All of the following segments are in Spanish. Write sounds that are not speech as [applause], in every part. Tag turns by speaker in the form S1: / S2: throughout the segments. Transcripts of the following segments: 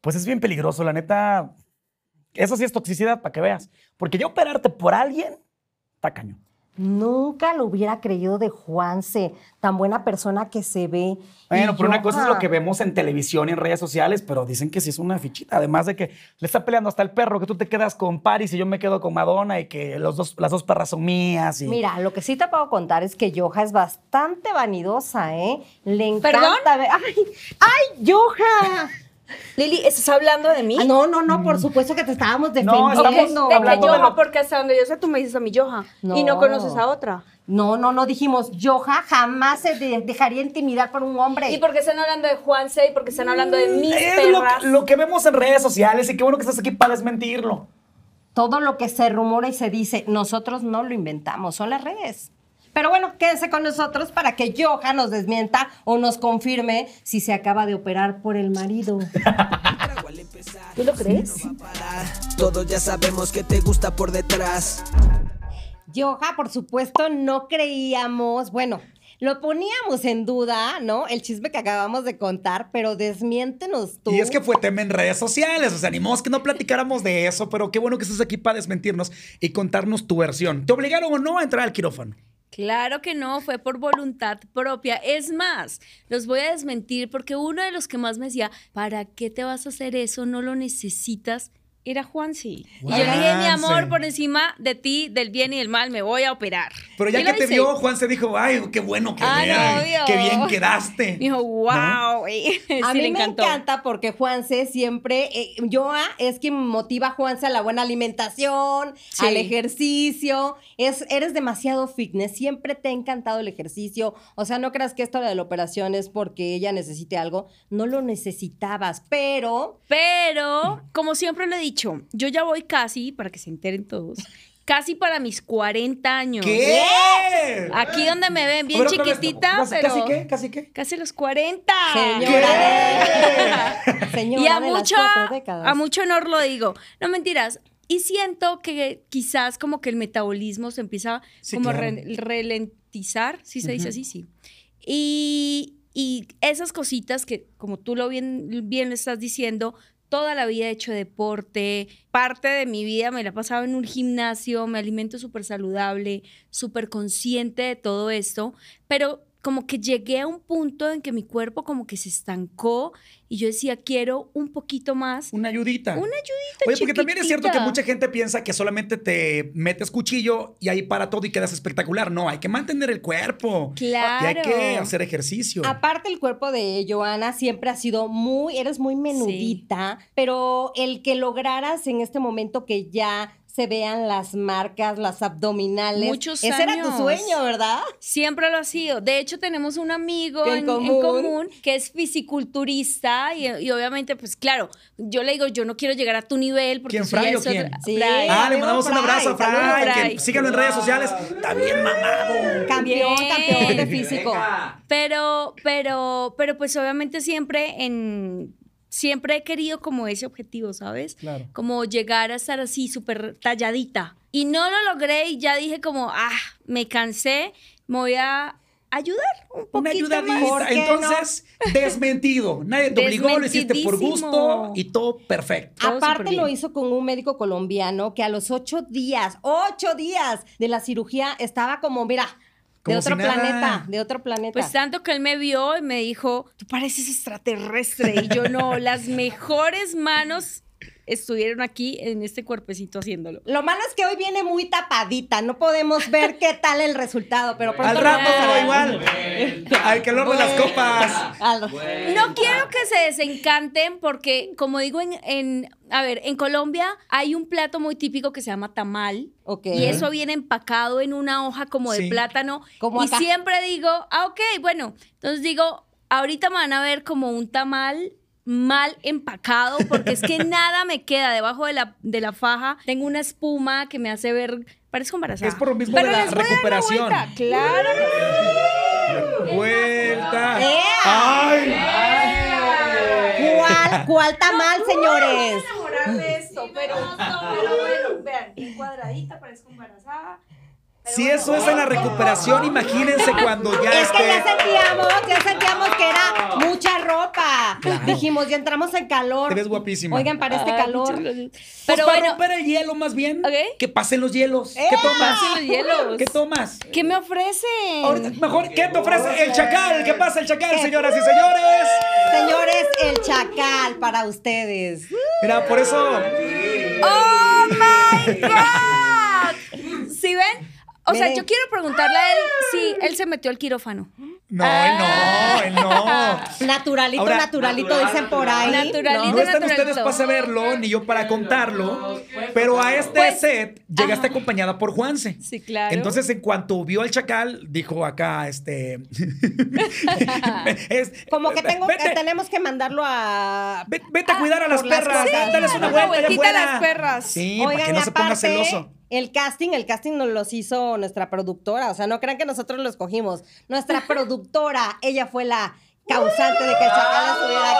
S1: pues es bien peligroso, la neta. Eso sí es toxicidad, para que veas. Porque yo operarte por alguien, está cañón.
S2: Nunca lo hubiera creído de Juanse, tan buena persona que se ve.
S1: Bueno,
S2: Y
S1: pero una
S2: yo,
S1: cosa es lo
S2: ah,
S1: que vemos en televisión y en redes sociales, pero dicen que sí es una fichita. Además de que le está peleando hasta el perro, que tú te quedas con Paris y yo me quedo con Madonna y que los dos, las dos perras son mías. Y...
S2: Mira, lo que sí te puedo contar es que Yoja es bastante vanidosa, ¿eh? Le encanta
S3: ¿Perdón?
S2: ver- ¡Ay! ¡Ay, Yoja!
S3: Lili, ¿estás hablando de mí?
S2: Ah, no, no, no, por supuesto que te estábamos defendiendo.
S1: No, estamos
S3: no, de que
S1: hablando de
S3: Yoja,
S1: lo-
S3: porque hasta donde yo sé tú me dices a mi Yoja y no
S2: No.
S3: conoces a otra.
S2: No, no, no dijimos, Yoja jamás se de- dejaría intimidar por un hombre.
S3: ¿Y por qué están hablando de Juanse? ¿Y por qué están hablando de mis
S1: Es lo,
S3: perras?
S1: lo que vemos en redes sociales y qué bueno que estás aquí para desmentirlo.
S2: Todo lo que se rumora y se dice, nosotros no lo inventamos, son las redes. Pero bueno, quédense con nosotros para que Yoja nos desmienta o nos confirme si se acaba de operar por
S4: [laughs]
S2: el marido.
S3: ¿Tú lo crees?
S5: Todos ya sabemos que te gusta por detrás.
S2: Yoja, por supuesto, no creíamos, bueno, lo poníamos en duda, ¿no? El chisme que acabamos de contar, pero desmiéntenos tú.
S4: Y es que fue tema en redes sociales, o sea, animamos que no platicáramos de eso, pero qué bueno que estás aquí para desmentirnos y contarnos tu versión. ¿Te obligaron o no a entrar al quirófano?
S6: Claro que no, fue por voluntad propia. Es más, los voy a desmentir porque uno de los que más me decía, ¿para qué te vas a hacer eso? No lo necesitas. Era Juansi. Y yo le dije, mi amor,
S4: Juanse.
S6: por encima de ti, del bien y del mal, me voy a operar.
S4: Pero ya
S6: Y
S4: que
S6: lo
S4: te
S6: hice.
S4: vio, Juan se dijo, ay, qué bueno que
S6: Ah,
S4: era,
S6: no, obvio.
S4: qué bien quedaste.
S6: Me dijo, wow. [laughs] sí,
S2: A
S6: le
S2: mí me
S6: encantó.
S2: encanta porque Juanse siempre, eh, Yoa es quien motiva a Juanse a la buena alimentación,
S6: Sí.
S2: al ejercicio. Es, eres demasiado fitness, siempre te ha encantado el ejercicio. O sea, no creas que esto de la operación es porque ella necesite algo. No lo necesitabas, pero
S6: Pero, como siempre lo he dicho, yo ya voy casi, para que se enteren todos, casi para mis 40 años.
S4: ¿Qué?
S6: Aquí donde me ven, Ah, bien
S4: A ver, otra vez,
S6: chiquitita,
S4: ¿casi-
S6: pero...
S4: ¿Casi qué? ¿Casi qué?
S6: Casi los 40.
S2: señora de, [laughs] señora
S6: Ah. y a
S2: de las
S6: mucho,
S2: cuatro décadas.
S6: a mucho honor lo digo. No mentiras. Y siento que quizás como que el metabolismo se empieza
S4: Sí,
S6: como a
S4: claro.
S6: re- ralentizar, si se dice así, sí. Y, y esas cositas que, como tú lo bien, bien lo estás diciendo, toda la vida he hecho deporte, parte de mi vida me la he pasado en un gimnasio, me alimento súper saludable, súper consciente de todo esto, pero como que llegué a un punto en que mi cuerpo como que se estancó y yo decía, quiero un poquito más.
S4: Una ayudita.
S6: Una ayudita
S4: Oye, porque también es cierto que
S6: chiquitita.
S4: mucha gente piensa que solamente te metes cuchillo y ahí para todo y quedas espectacular. No, hay que mantener el cuerpo. Y hay
S6: Claro.
S4: que hacer ejercicio.
S2: Aparte, el cuerpo de Joana siempre ha sido muy, eres muy menudita, pero el que lograras en este momento que ya se vean las marcas, las abdominales.
S6: Muchos
S2: Ese era tu
S6: años.
S2: sueño, ¿verdad?
S6: Siempre lo ha sido. De hecho, tenemos un amigo
S2: En
S6: en, en
S2: común.
S6: común. que es fisiculturista y, y obviamente, pues claro, yo le digo, yo no quiero llegar a tu nivel porque
S4: ¿Quién,
S6: eso ya
S4: Fray o
S6: es otra-
S4: quién?
S2: Sí.
S6: Fray.
S4: Ah, le mandamos un
S2: Saludos,
S4: abrazo a
S2: Fray.
S4: Fray.
S6: Saludos,
S4: que
S6: Fray.
S4: síganlo en redes sociales. Está bien mamado.
S2: Campeón,
S6: Bien.
S2: campeón de físico.
S6: Pero, pero, pero pues obviamente siempre en... Siempre he querido como ese objetivo, ¿sabes?
S4: Claro.
S6: Como llegar a estar así súper talladita. Y no lo logré y ya dije como, ah, me cansé, me voy a ayudar un
S4: Una
S6: poquito más.
S2: ¿Por
S4: ayudadita.
S2: qué
S4: Entonces, desmentido. Nadie te obligó, lo hiciste por gusto
S6: Desmentidísimo.
S4: y todo perfecto.
S6: Todo
S2: Aparte
S6: superbién.
S2: lo hizo con un médico colombiano que a los ocho días, ocho días de la cirugía estaba como, mira, de
S4: Como
S2: otro
S4: si nada.
S2: planeta, de otro planeta.
S6: Pues tanto que él me vio y me dijo, tú pareces extraterrestre. Y yo no, las mejores manos estuvieron aquí en este cuerpecito haciéndolo.
S2: Lo malo es que hoy viene muy tapadita, no podemos ver qué tal el resultado, pero pronto
S4: Al
S2: lo
S4: rato
S2: vamos a
S4: será
S2: ver.
S4: igual. Al calor de las copas.
S2: Al-
S6: No quiero que se desencanten porque, como digo, en, en- a ver, en Colombia hay un plato muy típico que se llama tamal.
S2: Ok.
S6: Y eso viene empacado en una hoja como de
S4: Sí.
S6: plátano.
S2: Como
S6: y
S2: acá.
S6: siempre digo, ah, ok, bueno. Entonces digo, ahorita me van a ver como un tamal mal empacado porque es que nada me queda debajo de la, de la faja. Tengo una espuma que me hace ver, parezco embarazada.
S4: Es por lo mismo
S6: Pero
S4: de la
S6: les voy a dar una
S4: recuperación.
S6: vuelta, Claro.
S4: Vuelta.
S2: ¡Ea!
S4: ¡Ay!
S2: ¿Cuál, cuál tamal, señores?
S3: enamorar de esto, pero, pero bueno, vean, bien cuadradita, parezco embarazada.
S4: Si eso es en la recuperación, imagínense cuando ya
S2: es que ya
S4: esté.
S2: sentíamos, ya sentíamos que era mucha ropa. Dijimos, ya entramos en calor.
S4: Te ves guapísima.
S2: Oigan, para este
S6: Ay,
S2: calor.
S6: muchas gracias.
S4: Pues
S6: Pero
S4: para
S6: bueno,
S4: romper el hielo, más bien,
S6: Ok.
S4: que pasen los hielos. ¿Qué tomas?
S6: pasen los [laughs] hielos. Mm.
S4: ¿Qué tomas?
S6: ¿qué me ofrecen?
S4: Ahorita, mejor, ¿qué te ofrece el chacal? ¿Qué pasa el chacal, señoras y señores?
S2: Señores, el chacal para ustedes.
S4: Mira, por eso.
S6: ¡Oh, my God! ¿Sí ven? O sea,
S2: Miren.
S6: yo quiero preguntarle a él si él se metió al quirófano.
S4: No, él no,
S6: Ah.
S4: él no.
S6: [laughs]
S2: Naturalito,
S4: Ahora,
S2: naturalito, dicen por ahí.
S6: Naturalito,
S4: No están
S6: naturalito.
S4: ustedes para saberlo, ni yo para contarlo, pero a este set llegaste acompañada por Juanse.
S6: Pues, Sí, claro.
S4: Entonces, en cuanto vio al chacal, dijo acá,
S6: [laughs]
S4: este... es-
S2: Como que tengo,
S4: vete,
S2: que tenemos que mandarlo a.
S4: ve- vete a cuidar a las
S2: por las
S4: perras,
S2: cosas.
S4: dales
S2: Sí,
S4: una
S6: una
S4: vuelta allá
S6: vueltita a
S4: afuera.
S6: las perras.
S4: Sí, para que no se ponga celoso.
S2: El casting, el casting nos los hizo nuestra productora. O sea, no crean que nosotros lo escogimos. Nuestra productora, ella fue la causante de que el chacal estuviera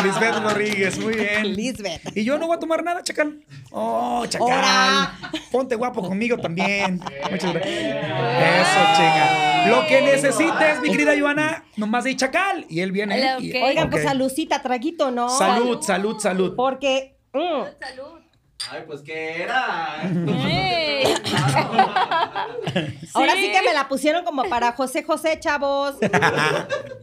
S2: aquí.
S4: Lisbeth Rodríguez, muy bien.
S2: Lisbeth.
S4: Y yo no voy a tomar nada, chacal. Oh, chacal.
S2: Ahora.
S4: Ponte guapo conmigo también. Muchas gracias. Eso, chinga. Lo que necesites, mi querida Joana, nomás de chacal. Y él viene.
S6: Hola,
S4: y-
S6: ok.
S2: Oigan,
S4: ok.
S2: pues salucita, traguito, ¿no?
S4: Salud, salud, salud.
S2: Porque. mm,
S7: Ay, pues qué era.
S6: ¡Ey!
S2: Ahora sí que me la pusieron como para José José, chavos.
S4: [laughs]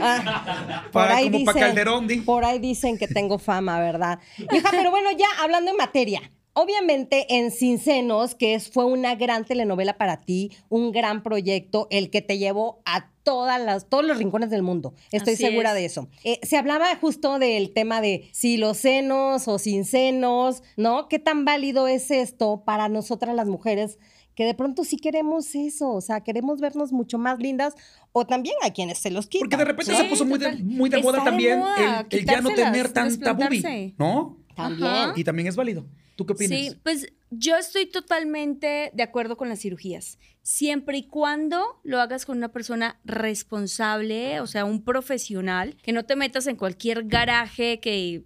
S2: Ah, por
S4: Para-
S2: ahí
S4: como pa'
S2: dicen,
S4: Calderón, di.
S2: Por ahí dicen que tengo fama, ¿verdad? Hija, pero bueno, ya hablando en materia. Obviamente en Cincenos, que es, fue una gran telenovela para ti, un gran proyecto, el que te llevó a todas las, todos los rincones del mundo. Estoy
S6: Así
S2: segura
S6: es.
S2: de eso. Eh, se hablaba justo del tema de si los senos o sin senos, ¿no? ¿Qué tan válido es esto para nosotras las mujeres? Que de pronto sí queremos eso, o sea, queremos vernos mucho más lindas o también a quienes se los quitan.
S4: Porque de repente
S6: Sí,
S4: se puso muy de,
S6: total.
S4: muy de moda
S6: Está de
S4: también
S6: moda,
S4: el, el ya no
S6: quitárselas,
S4: tener tanta boobie,
S6: trasplantarse.
S4: ¿no?
S2: También.
S6: Ajá.
S4: Y también es válido. ¿Tú qué opinas?
S6: Sí, pues yo estoy totalmente de acuerdo con las cirugías, siempre y cuando lo hagas con una persona responsable, o sea, un profesional, que no te metas en cualquier garaje que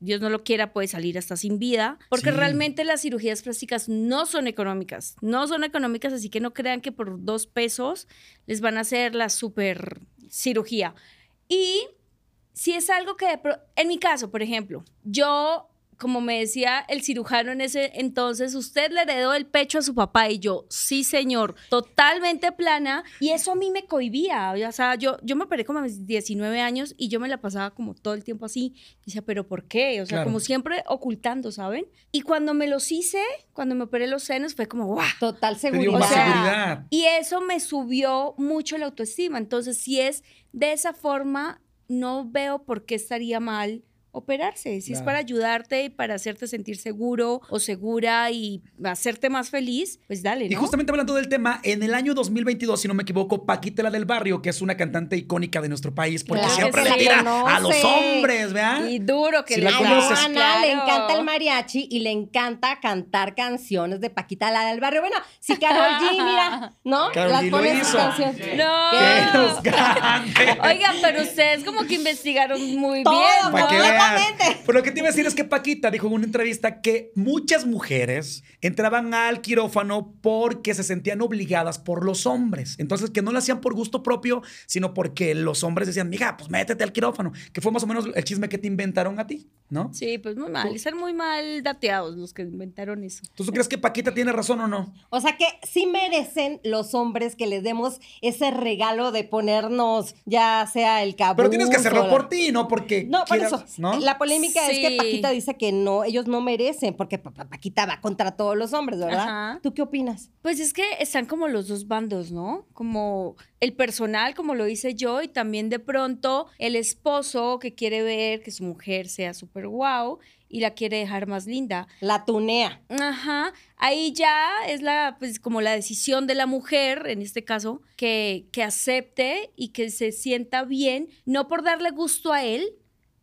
S6: Dios no lo quiera, puede salir hasta sin vida, porque
S4: Sí.
S6: realmente las cirugías plásticas no son económicas, no son económicas, así que no crean que por dos pesos les van a hacer la super cirugía. Y si es algo que, de pro- en mi caso, por ejemplo, yo, como me decía el cirujano en ese entonces, usted le heredó el pecho a su papá y yo, sí señor, totalmente plana, y eso a mí me cohibía, o sea, yo, yo me operé como a mis 19 años y yo me la pasaba como todo el tiempo así, y decía, pero ¿por qué? O sea,
S4: Claro.
S6: como siempre ocultando, ¿saben? Y cuando me los hice, cuando me operé los senos, fue como, ¡guau!
S2: Total
S4: Te dio
S2: seguridad.
S4: más
S6: O sea,
S4: seguridad.
S6: Y eso me subió mucho la autoestima. Entonces, si es de esa forma, no veo por qué estaría mal operarse. Si es
S4: Claro.
S6: para ayudarte y para hacerte sentir seguro o segura y hacerte más feliz, pues dale, ¿no?
S4: Y justamente hablando del tema, en el año 2022, si no me equivoco, Paquita la del Barrio, que es una cantante icónica de nuestro país, porque
S6: Claro
S4: siempre
S6: que
S4: le
S6: sí.
S4: tira
S2: La
S4: a los
S2: conoce.
S4: hombres, ¿verdad?
S6: Y duro que
S4: Si
S6: le
S4: la
S2: A
S6: da.
S4: conoces.
S2: Joana Ah, le
S6: Claro.
S2: encanta el mariachi y le encanta cantar canciones de Paquita la del barrio. Bueno, si Carol G, mira,
S4: [laughs]
S2: ¿no?
S4: Carol
S2: Las
S4: G lo
S2: pone en sus
S4: hizo.
S2: canciones.
S4: ¡Que
S6: ¡No!
S4: los gane!
S6: [laughs] Oigan, pero ustedes como que investigaron muy
S2: Todo,
S6: bien,
S4: [laughs] Pa'
S6: ¿no?
S4: que veas.
S2: completamente.
S4: Pero lo que te iba a decir es que Paquita dijo en una entrevista que muchas mujeres entraban al quirófano porque se sentían obligadas por los hombres. Entonces, que no lo hacían por gusto propio, sino porque los hombres decían, mija, pues métete al quirófano, que fue más o menos el chisme que te inventaron a ti, ¿no?
S6: Sí, pues muy mal. Están muy mal dateados los que inventaron eso.
S4: ¿Tú crees que Paquita tiene razón o no?
S2: O sea que sí merecen los hombres que les demos ese regalo de ponernos, ya sea el cabello.
S4: Pero tienes que hacerlo por ti, ¿no? Porque
S2: Uh, No, por
S4: quieras,
S2: eso. eh,
S4: ¿no?
S2: La polémica es que
S6: Sí.
S2: Paquita dice que no, ellos no merecen, porque pa- pa- Paquita va contra todos los hombres, ¿verdad?
S6: Ajá.
S2: ¿Tú qué opinas?
S6: Pues es que están como los dos bandos, ¿no? Como el personal, como lo hice yo, y también de pronto el esposo que quiere ver que su mujer sea súper guau y la quiere dejar más linda.
S2: La tunea.
S6: Ajá, ahí ya es la, pues como la decisión de la mujer, en este caso, que, que acepte y que se sienta bien, no por darle gusto a él,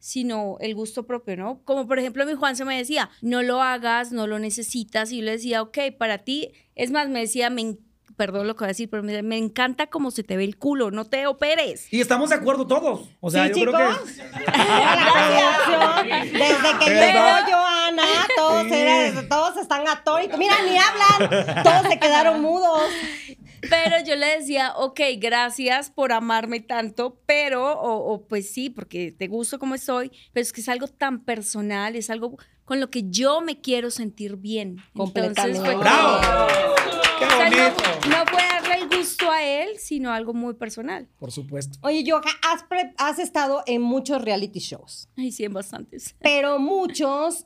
S6: sino el gusto propio, ¿no? Como por ejemplo mi Juan se me decía, no lo hagas, no lo necesitas, y yo le decía, ok, para ti, es más, me decía, me, en- perdón lo que voy a decir, pero me, decía, "Me encanta cómo se te ve el culo, no te operes.
S4: Y estamos de acuerdo todos. O sea,
S2: ¿Sí,
S4: yo creo
S2: chicos?
S4: que.
S2: Toda la generación, Desde que
S4: ¿Verdad?
S2: llegó Joana, todos todos,
S4: Sí.
S2: eran- todos están atónitos. Mira, ni hablan. Todos se quedaron mudos.
S6: Pero yo le decía, ok, gracias por amarme tanto, pero, o, o pues sí, porque te gusto como soy, pero es que es algo tan personal, es algo con lo que yo me quiero sentir bien. Entonces,
S2: Completamente.
S6: fue como-
S4: ¡Bravo!
S2: Oh.
S4: ¡Qué
S6: O sea,
S4: bonito!
S6: no, no fue darle el gusto a él, sino algo muy personal.
S4: Por supuesto.
S2: Oye, Yoja, has, pre- has estado en muchos reality shows.
S6: Ay, sí, en bastantes.
S2: pero muchos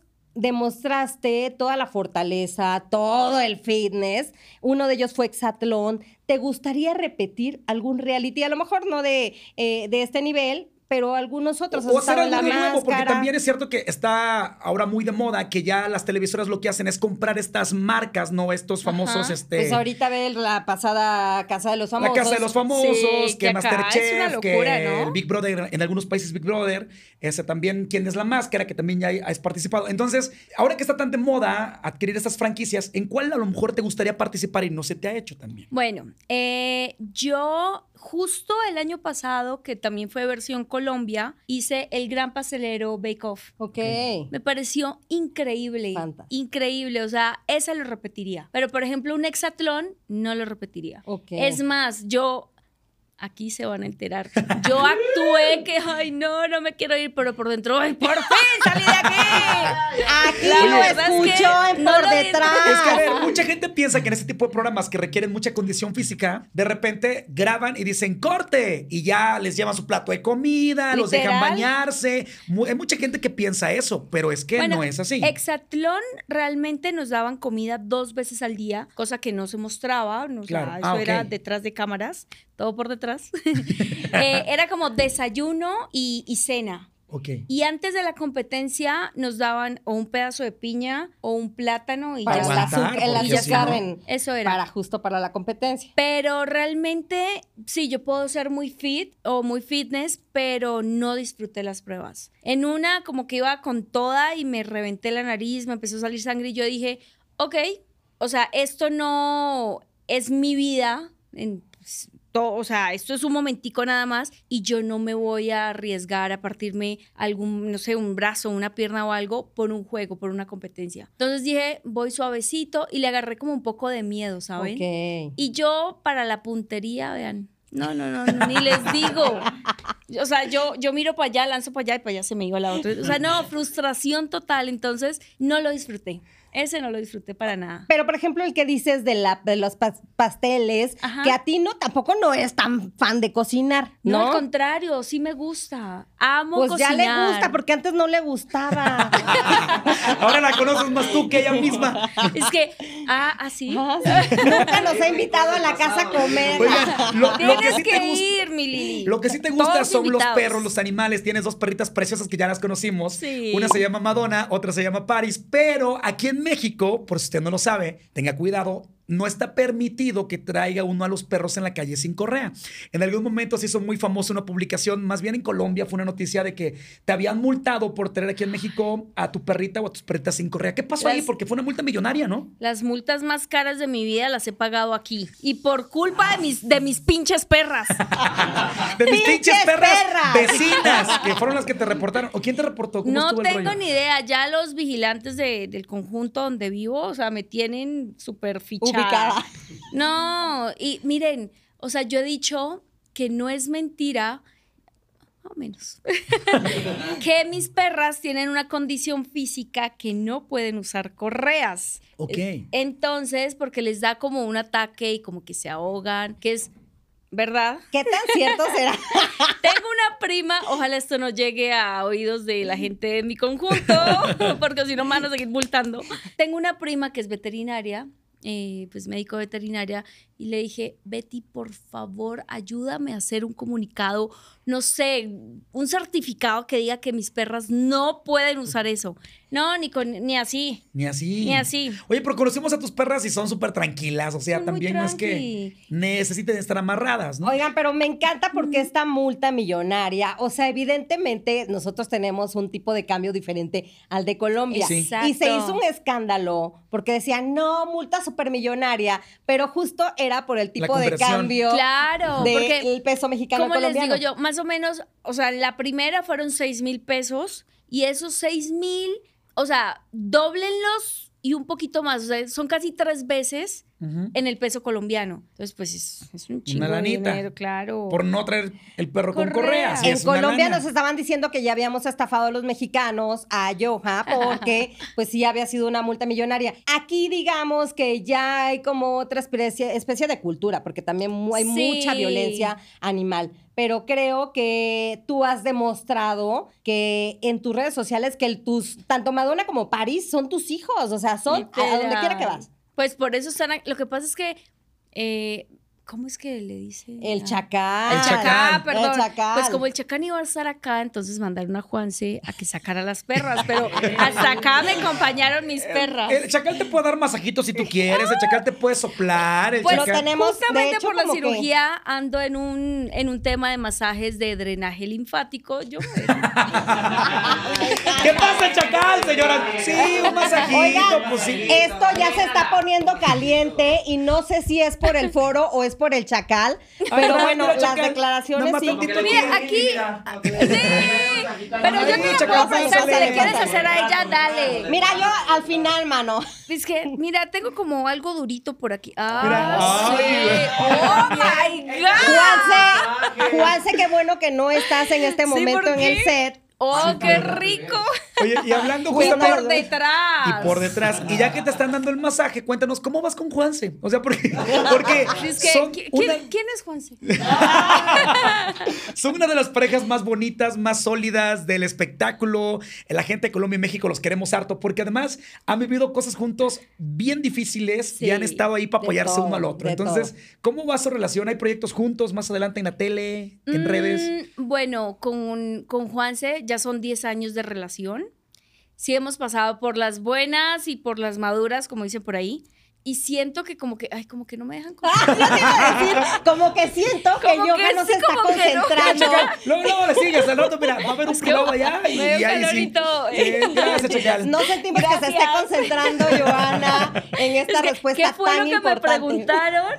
S2: demostraste toda la fortaleza, todo el fitness. Uno de ellos fue Exatlón. ¿Te gustaría repetir algún reality? A lo mejor no de, eh, de este nivel, pero algunos otros.
S4: O
S2: Has
S4: hacer
S2: estado en
S4: algo de
S2: La
S4: nuevo, porque
S2: Máscara.
S4: también es cierto que está ahora muy de moda que ya las televisoras lo que hacen es comprar estas marcas, no estos famosos,
S6: Ajá.
S4: este.
S2: Pues ahorita ve la pasada Casa de los
S4: La
S2: Famosos.
S4: casa de los famosos,
S6: Sí,
S4: que,
S6: que acá es una
S4: Masterchef, que
S6: locura, ¿no?
S4: el Big Brother, en algunos países Big Brother, ese también, quién es la máscara, que también ya hay- has participado. Entonces, ahora que está tan de moda adquirir estas franquicias, ¿en cuál a lo mejor te gustaría participar y no se te ha hecho también?
S6: Bueno, eh, yo justo el año pasado, que también fue versión Colombia, hice el Gran Pastelero Bake Off.
S2: Ok.
S6: Me pareció increíble.
S2: Fantástico.
S6: Increíble. O sea, esa lo repetiría. Pero, por ejemplo, un hexatlón no lo repetiría.
S2: Ok.
S6: Es más, yo. Aquí se van a enterar. Yo actué que, ay, no, no me quiero ir, pero por dentro, ay, por fin salí de aquí.
S2: Aquí
S6: La
S2: lo
S6: verdad es que
S2: escuchó en
S6: no
S2: por
S6: lo vi.
S2: detrás.
S4: Es que, a ver, mucha gente piensa que en este tipo de programas que requieren mucha condición física, de repente graban y dicen corte y ya les llevan su plato de comida, los dejan
S6: Literal.
S4: bañarse. Mu- Hay mucha gente que piensa eso, pero es que
S6: Bueno,
S4: no es así.
S6: Hexatlón realmente nos daban comida dos veces al día, cosa que no se mostraba, no, o sea,
S4: Claro.
S6: eso
S4: Ah,
S6: era
S4: ok.
S6: detrás de cámaras, todo por detrás. [laughs] Eh, era como desayuno y- y cena.
S4: Ok.
S6: Y antes de la competencia nos daban o un pedazo de piña o un plátano y
S2: para
S6: ya.
S2: el
S4: Aguantar,
S2: azúcar, el
S4: porque si no-
S2: azúcar en-
S6: Eso era.
S2: para justo para la competencia.
S6: Pero realmente, sí, yo puedo ser muy fit o muy fitness, pero no disfruté las pruebas. En una, como que iba con toda y me reventé la nariz, me empezó a salir sangre y yo dije, ok, o sea, esto no es mi vida, en, pues, todo, o sea, esto es un momentico nada más y yo no me voy a arriesgar a partirme algún, no sé, un brazo, una pierna o algo por un juego, por una competencia. Entonces dije, voy suavecito y le agarré como un poco de miedo, ¿saben?
S2: Ok.
S6: Y yo para la puntería, vean. No, no, no, no, ni les
S2: [laughs]
S6: digo. O sea, yo, yo miro para allá, lanzo para allá y para allá se me iba la otra. O sea, no, frustración total. Entonces, no lo disfruté. Ese no lo disfruté para nada.
S2: Pero, por ejemplo, el que dices de, la, de los pas- pasteles,
S6: Ajá.
S2: que a ti no tampoco no es tan fan de cocinar,
S6: No,
S2: ¿no?
S6: al contrario, sí me gusta. Amo
S2: pues ya
S6: cocinar.
S2: le gusta, porque antes no le gustaba.
S4: [laughs] Ahora la conoces más tú que ella misma.
S6: [laughs] Es que, ah, así. [laughs]
S2: Nunca nos ha invitado a la casa a comer.
S4: Oigan, lo, lo que
S6: Tienes
S4: sí
S6: que,
S4: te gusta.
S6: ir, mi Lili.
S4: Lo que sí te gusta
S6: Todos
S4: son
S6: invitados.
S4: los perros, los animales. Tienes dos perritas preciosas que ya las conocimos.
S6: Sí.
S4: Una se llama Madonna, otra se llama Paris. Pero aquí en México, por si usted no lo sabe, tenga cuidado. No está permitido que traiga uno a los perros en la calle sin correa. En algún momento se hizo muy famosa una publicación, más bien en Colombia fue una noticia de que te habían multado por traer aquí en México a tu perrita o a tus perritas sin correa. ¿Qué pasó ahí?
S6: Las-
S4: Porque fue una multa millonaria, ¿no?
S6: Las multas más caras de mi vida las he pagado aquí. Y por culpa de mis, de mis pinches perras.
S4: De
S6: [laughs]
S4: mis pinches
S2: ¡Pinches
S4: perras,
S2: perras!
S4: vecinas, que fueron las que te reportaron. ¿O quién te reportó? ¿Cómo
S6: No
S4: estuvo el
S6: tengo
S4: rollo?
S6: ni idea. Ya los vigilantes de- del conjunto donde vivo, o sea, me tienen súper fichada.
S2: Ubicada.
S6: No, y miren, o sea, yo he dicho que no es mentira, más o menos, [laughs] que mis perras tienen una condición física que no pueden usar correas.
S4: Ok.
S6: Entonces, porque les da como un ataque y como que se ahogan, que es verdad.
S2: ¿Qué tan cierto será?
S6: Tengo una prima, ojalá esto no llegue a oídos de la gente de mi conjunto, [laughs] porque si no me van a seguir multando. Tengo una prima que es veterinaria, eh, pues médico veterinaria, y le dije, Betty, por favor, ayúdame a hacer un comunicado, no sé, un certificado que diga que mis perras no pueden usar eso. No, ni, con, ni así,
S4: Ni así.
S6: ni así.
S4: Oye, pero conocemos a tus perras y son súper tranquilas. O sea,
S6: Son muy
S4: también no es que
S6: tranqui.
S4: necesiten estar amarradas, ¿no?
S2: Oigan, pero me encanta porque esta multa millonaria, o sea, evidentemente nosotros tenemos un tipo de cambio diferente al de Colombia.
S6: Sí.
S2: Y se
S6: Exacto.
S2: hizo un escándalo porque decían, no, multa supermillonaria, pero justo era por el tipo de
S4: conversión.
S2: cambio
S6: Claro,
S2: del
S6: porque
S2: peso mexicano
S6: ¿Cómo
S2: al
S6: les
S2: colombiano.
S6: digo yo? Más o menos, o sea, la primera fueron 6 mil pesos y esos 6 mil o sea, doblenlos y un poquito más. O sea, son casi tres veces
S4: Ujú.
S6: en el peso colombiano. Entonces, pues es, es un chingo de
S4: lanita.
S6: dinero, claro.
S4: Por no traer el perro con
S6: Correa.
S4: correa. sí,
S6: Y
S2: en
S4: es una
S2: Colombia
S4: lana.
S2: nos estaban diciendo que ya habíamos estafado a los mexicanos, a Yoja, porque pues sí había sido una multa millonaria. Aquí digamos que ya hay como otra especie, especie de cultura, porque también mu- hay
S6: Sí.
S2: mucha violencia animal. Pero creo que tú has demostrado que en tus redes sociales que el tus tanto Madonna como París son tus hijos, o sea, son a donde
S6: Literal.
S2: quiera que vas.
S6: Pues por eso están. ac- Lo que pasa es que. eh, ¿Cómo es que le dice?
S2: El
S6: Ah.
S2: chacal.
S6: El chacá,
S4: chacal.
S6: Ah, perdón.
S2: El chacal.
S6: Pues como el chacán iba a estar acá, entonces mandaron a Juanse a que sacara las perras, pero hasta acá me acompañaron
S4: [laughs]
S6: mis perras.
S4: El chacal te puede dar masajitos si tú quieres, el chacal te puede soplar, el
S6: Pues
S4: chacal...
S2: tenemos- de
S6: justamente
S2: hecho,
S6: por la
S2: como que-
S6: cirugía ando en un, en un tema de masajes de drenaje linfático.
S4: [laughs]
S6: Yo, pues,
S4: ¿Qué pasa, chacal, señora? Sí, un masajito,
S2: Oigan,
S4: pues sí.
S2: Esto ya se está poniendo caliente y no sé si es por el foro o es por el chacal, pero
S4: Ay,
S2: bueno,
S4: mira,
S2: las
S4: chacal,
S2: declaraciones
S4: nomás
S2: sí.
S4: tantito
S6: Mira, aquí- pero yo
S4: Ay,
S6: te la
S4: chacal,
S6: puedo prestar, si
S2: pásale,
S6: le quieres
S2: pásale.
S6: hacer a ella, dale.
S2: Mira, yo al final, mano.
S6: Es que, mira, tengo como algo durito por aquí.
S4: Mira.
S6: ¡Ah, sí!
S4: Ay,
S6: ¡Oh, my God!
S2: Juanse, Juanse, qué bueno que no estás en este
S6: Sí,
S2: momento
S6: ¿por
S2: en el
S6: qué?
S2: set. [laughs]
S6: ¡Oh, qué rico!
S4: Oye, y hablando
S6: Y por
S4: justamente...
S6: detrás.
S4: Y por detrás. Y ya que te están dando el masaje, cuéntanos cómo vas con Juanse. O sea, porque, porque
S6: [laughs] Es que,
S4: son,
S6: ¿qui-
S4: una,
S6: ¿quién, quién es Juanse?
S4: son una de las parejas más bonitas, más sólidas del espectáculo. La gente de Colombia y México los queremos harto porque además han vivido cosas juntos bien difíciles y
S6: Sí,
S4: han estado ahí para
S2: de
S4: apoyarse
S2: todo,
S4: uno al otro.
S2: de
S4: Entonces, ¿cómo va su relación? ¿Hay proyectos juntos más adelante en la tele, en
S6: Mm,
S4: redes?
S6: Bueno, con, con Juanse ya son 10 años de relación. Sí hemos pasado por las buenas y por las maduras, como dicen por ahí. Y siento que como que, ay, como que no me dejan contar.
S2: Ah, Yo te iba a decir, como que siento [laughs] que
S6: Como
S2: yo
S6: que
S2: no se
S6: sí,
S2: está
S6: como que no. [laughs]
S2: concentrando.
S4: Luego, luego le sigues al rato, mira, va a haber un pilado allá y,
S6: me dio
S4: y ahí
S6: calor
S4: sí.
S6: y todo.
S4: Eh, gracias, Chacal.
S2: No sentimos que se esté
S6: Gracias.
S2: concentrando, Joana, en esta
S6: Es que,
S2: respuesta
S6: ¿Qué fue
S2: pues, tan
S6: lo que
S2: importante.
S6: me preguntaron?